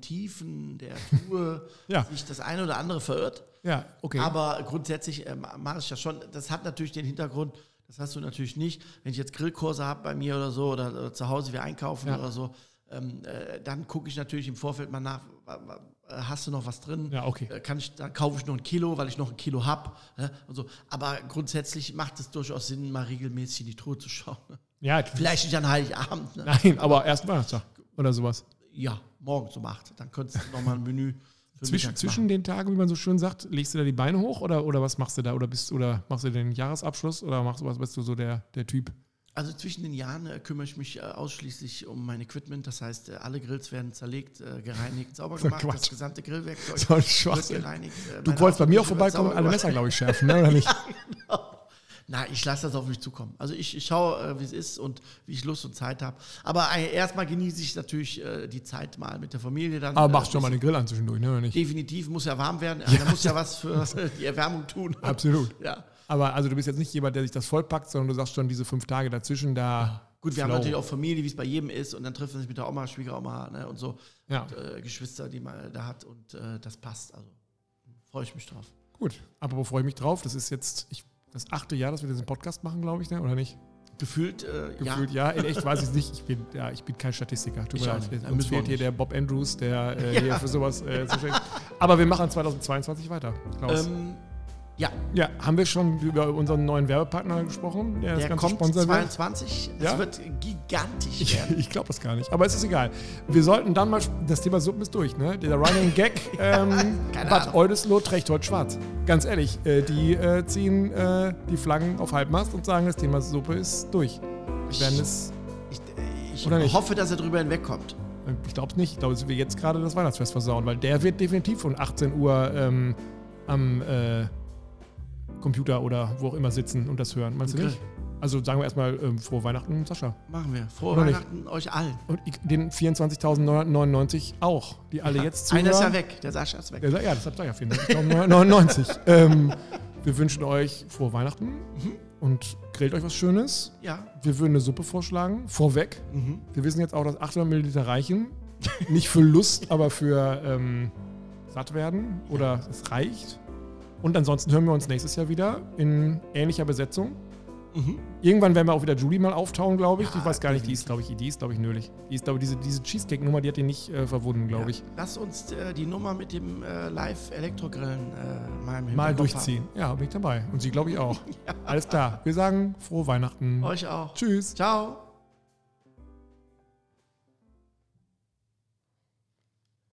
B: Tiefen der Truhe
A: Ja.
B: sich das eine oder andere verirrt.
A: Ja, okay.
B: Aber grundsätzlich äh, ma- mache ich das schon. Das hat natürlich den Hintergrund, das hast du natürlich nicht. Wenn ich jetzt Grillkurse habe bei mir oder so oder, äh, zu Hause wir einkaufen
A: Ja.
B: oder so, ähm, äh, dann gucke ich natürlich im Vorfeld mal nach, wa- wa- äh, hast du noch was drin?
A: Ja, okay.
B: Äh, Kann ich, dann kaufe ich noch ein Kilo, weil ich noch ein Kilo habe. Ne? Und so. Aber grundsätzlich macht es durchaus Sinn, mal regelmäßig in die Truhe zu schauen.
A: Ja,
B: Vielleicht nicht an Heiligabend. Ne?
A: nein, aber erst Weihnachtstag oder sowas.
B: Ja, morgens um 8. Dann könntest du nochmal ein Menü für
A: Zwischen,
B: mittags
A: zwischen den Tagen, wie man so schön sagt, legst du da die Beine hoch oder, oder was machst du da? Oder bist oder machst du den Jahresabschluss oder machst du was, bist du so der, der Typ?
B: Also zwischen den Jahren äh, kümmere ich mich äh, ausschließlich um mein Equipment. Das heißt, äh, alle Grills werden zerlegt, äh, gereinigt, sauber
A: ein
B: gemacht. Das
A: Quatsch.
B: gesamte Grillwerkzeug
A: So ein
B: wird
A: Schwachsinn.
B: gereinigt. äh,
A: Du
B: meine
A: wolltest bei mir auch
B: Aufsicht wird
A: vorbeikommen und
B: sauber
A: alle
B: gemacht.
A: Messer, glaube ich, schärfen, ne? oder nicht?
B: Na, ich lasse das auf mich zukommen. Also ich, ich schaue, äh, wie es ist und wie ich Lust und Zeit habe. Aber äh, erstmal genieße ich natürlich äh, die Zeit mal mit der Familie. Dann,
A: Aber
B: äh,
A: machst schon mal den Grill an zwischendurch, ne? oder nicht?
B: Definitiv muss ja warm werden. Da muss ja was für die Erwärmung tun.
A: Absolut.
B: Ja.
A: Aber also du bist jetzt nicht jemand, der sich das vollpackt, sondern du sagst schon, diese fünf Tage dazwischen, da.
B: Gut, wir haben
A: Flow.
B: natürlich auch Familie, wie es bei jedem ist. Und dann trifft man sich mit der Oma, Schwiegeroma ne, und so.
A: Ja.
B: Und, äh, Geschwister, die man da hat. Und äh, das passt. Also freue ich mich drauf.
A: Gut, aber freue ich mich drauf. Das ist jetzt ich, das achte Jahr, dass wir diesen Podcast machen, glaube ich, ne? oder nicht?
B: Gefühlt, äh,
A: Gefühlt,
B: ja.
A: ja. In echt weiß ich es nicht. Ich bin, ja, ich bin kein Statistiker. Tut
B: Ich
A: mir
B: auch
A: leid.
B: nicht.
A: Uns
B: Müssen wir
A: fehlt
B: auch
A: hier
B: nicht.
A: der Bob Andrews, der äh, hier für sowas äh, zuständig ist. Aber wir machen 2022 weiter, Klaus.
B: Ähm, ja,
A: ja, haben wir schon über unseren neuen Werbepartner gesprochen, der, das
B: der
A: Ganze
B: kommt
A: Sponsor wird?
B: 22. Es
A: Ja?
B: wird gigantisch
A: Ich,
B: werden.
A: ich glaube das gar nicht. Aber es ist egal. Wir sollten dann mal. sp- Das Thema Suppen ist durch, ne? Der Running Gag. Ähm,
B: keine
A: Bad
B: Ahnung.
A: Eudesloh trägt heute schwarz. Ganz ehrlich, äh, die äh, ziehen äh, die Flaggen auf Halbmast und sagen, das Thema Suppe ist durch. Werden es.
B: Ich, ich
A: Oder nicht?
B: hoffe, dass er drüber hinwegkommt.
A: Äh, Ich glaube es nicht. Ich glaube, dass wir jetzt gerade das Weihnachtsfest versauen, weil der wird definitiv von 18 Uhr ähm, am äh, Computer oder wo auch immer sitzen und das hören. Meinst du
B: Okay.
A: nicht? Also sagen wir erstmal ähm, frohe Weihnachten, Sascha.
B: Machen wir. Frohe
A: Oder nicht?
B: Weihnachten euch allen.
A: Und ich- den 24.999 auch, die alle jetzt zuhören.
B: Einer ist ja weg. Der Sascha ist weg.
A: Ja, ja deshalb sage ich ja 499. ähm, wir wünschen euch frohe Weihnachten und grillt euch was Schönes.
B: Ja.
A: Wir würden eine Suppe vorschlagen, vorweg. Wir wissen jetzt auch, dass 800 Milliliter reichen. Nicht für Lust, aber für ähm, satt werden oder es reicht. Und ansonsten hören wir uns nächstes Jahr wieder in ähnlicher Besetzung. Irgendwann werden wir auch wieder Julie mal auftauen, glaube ich. ich weiß gar nicht, die ist, glaube ich, die ist, glaube ich, nölig. Die ist, glaube ich, diese, diese Cheesecake-Nummer, die hat ihn nicht äh, verwunden, glaube ich.
B: Ja. Lass uns äh, die Nummer mit dem äh, Live-Elektrogrillen äh, mal im
A: Mal
B: Hinterkopf
A: durchziehen. Ja, bin ich dabei. Und Sie, glaube ich, auch. Alles klar. Wir sagen frohe Weihnachten.
B: haben. Euch auch.
A: Tschüss.
B: Ciao.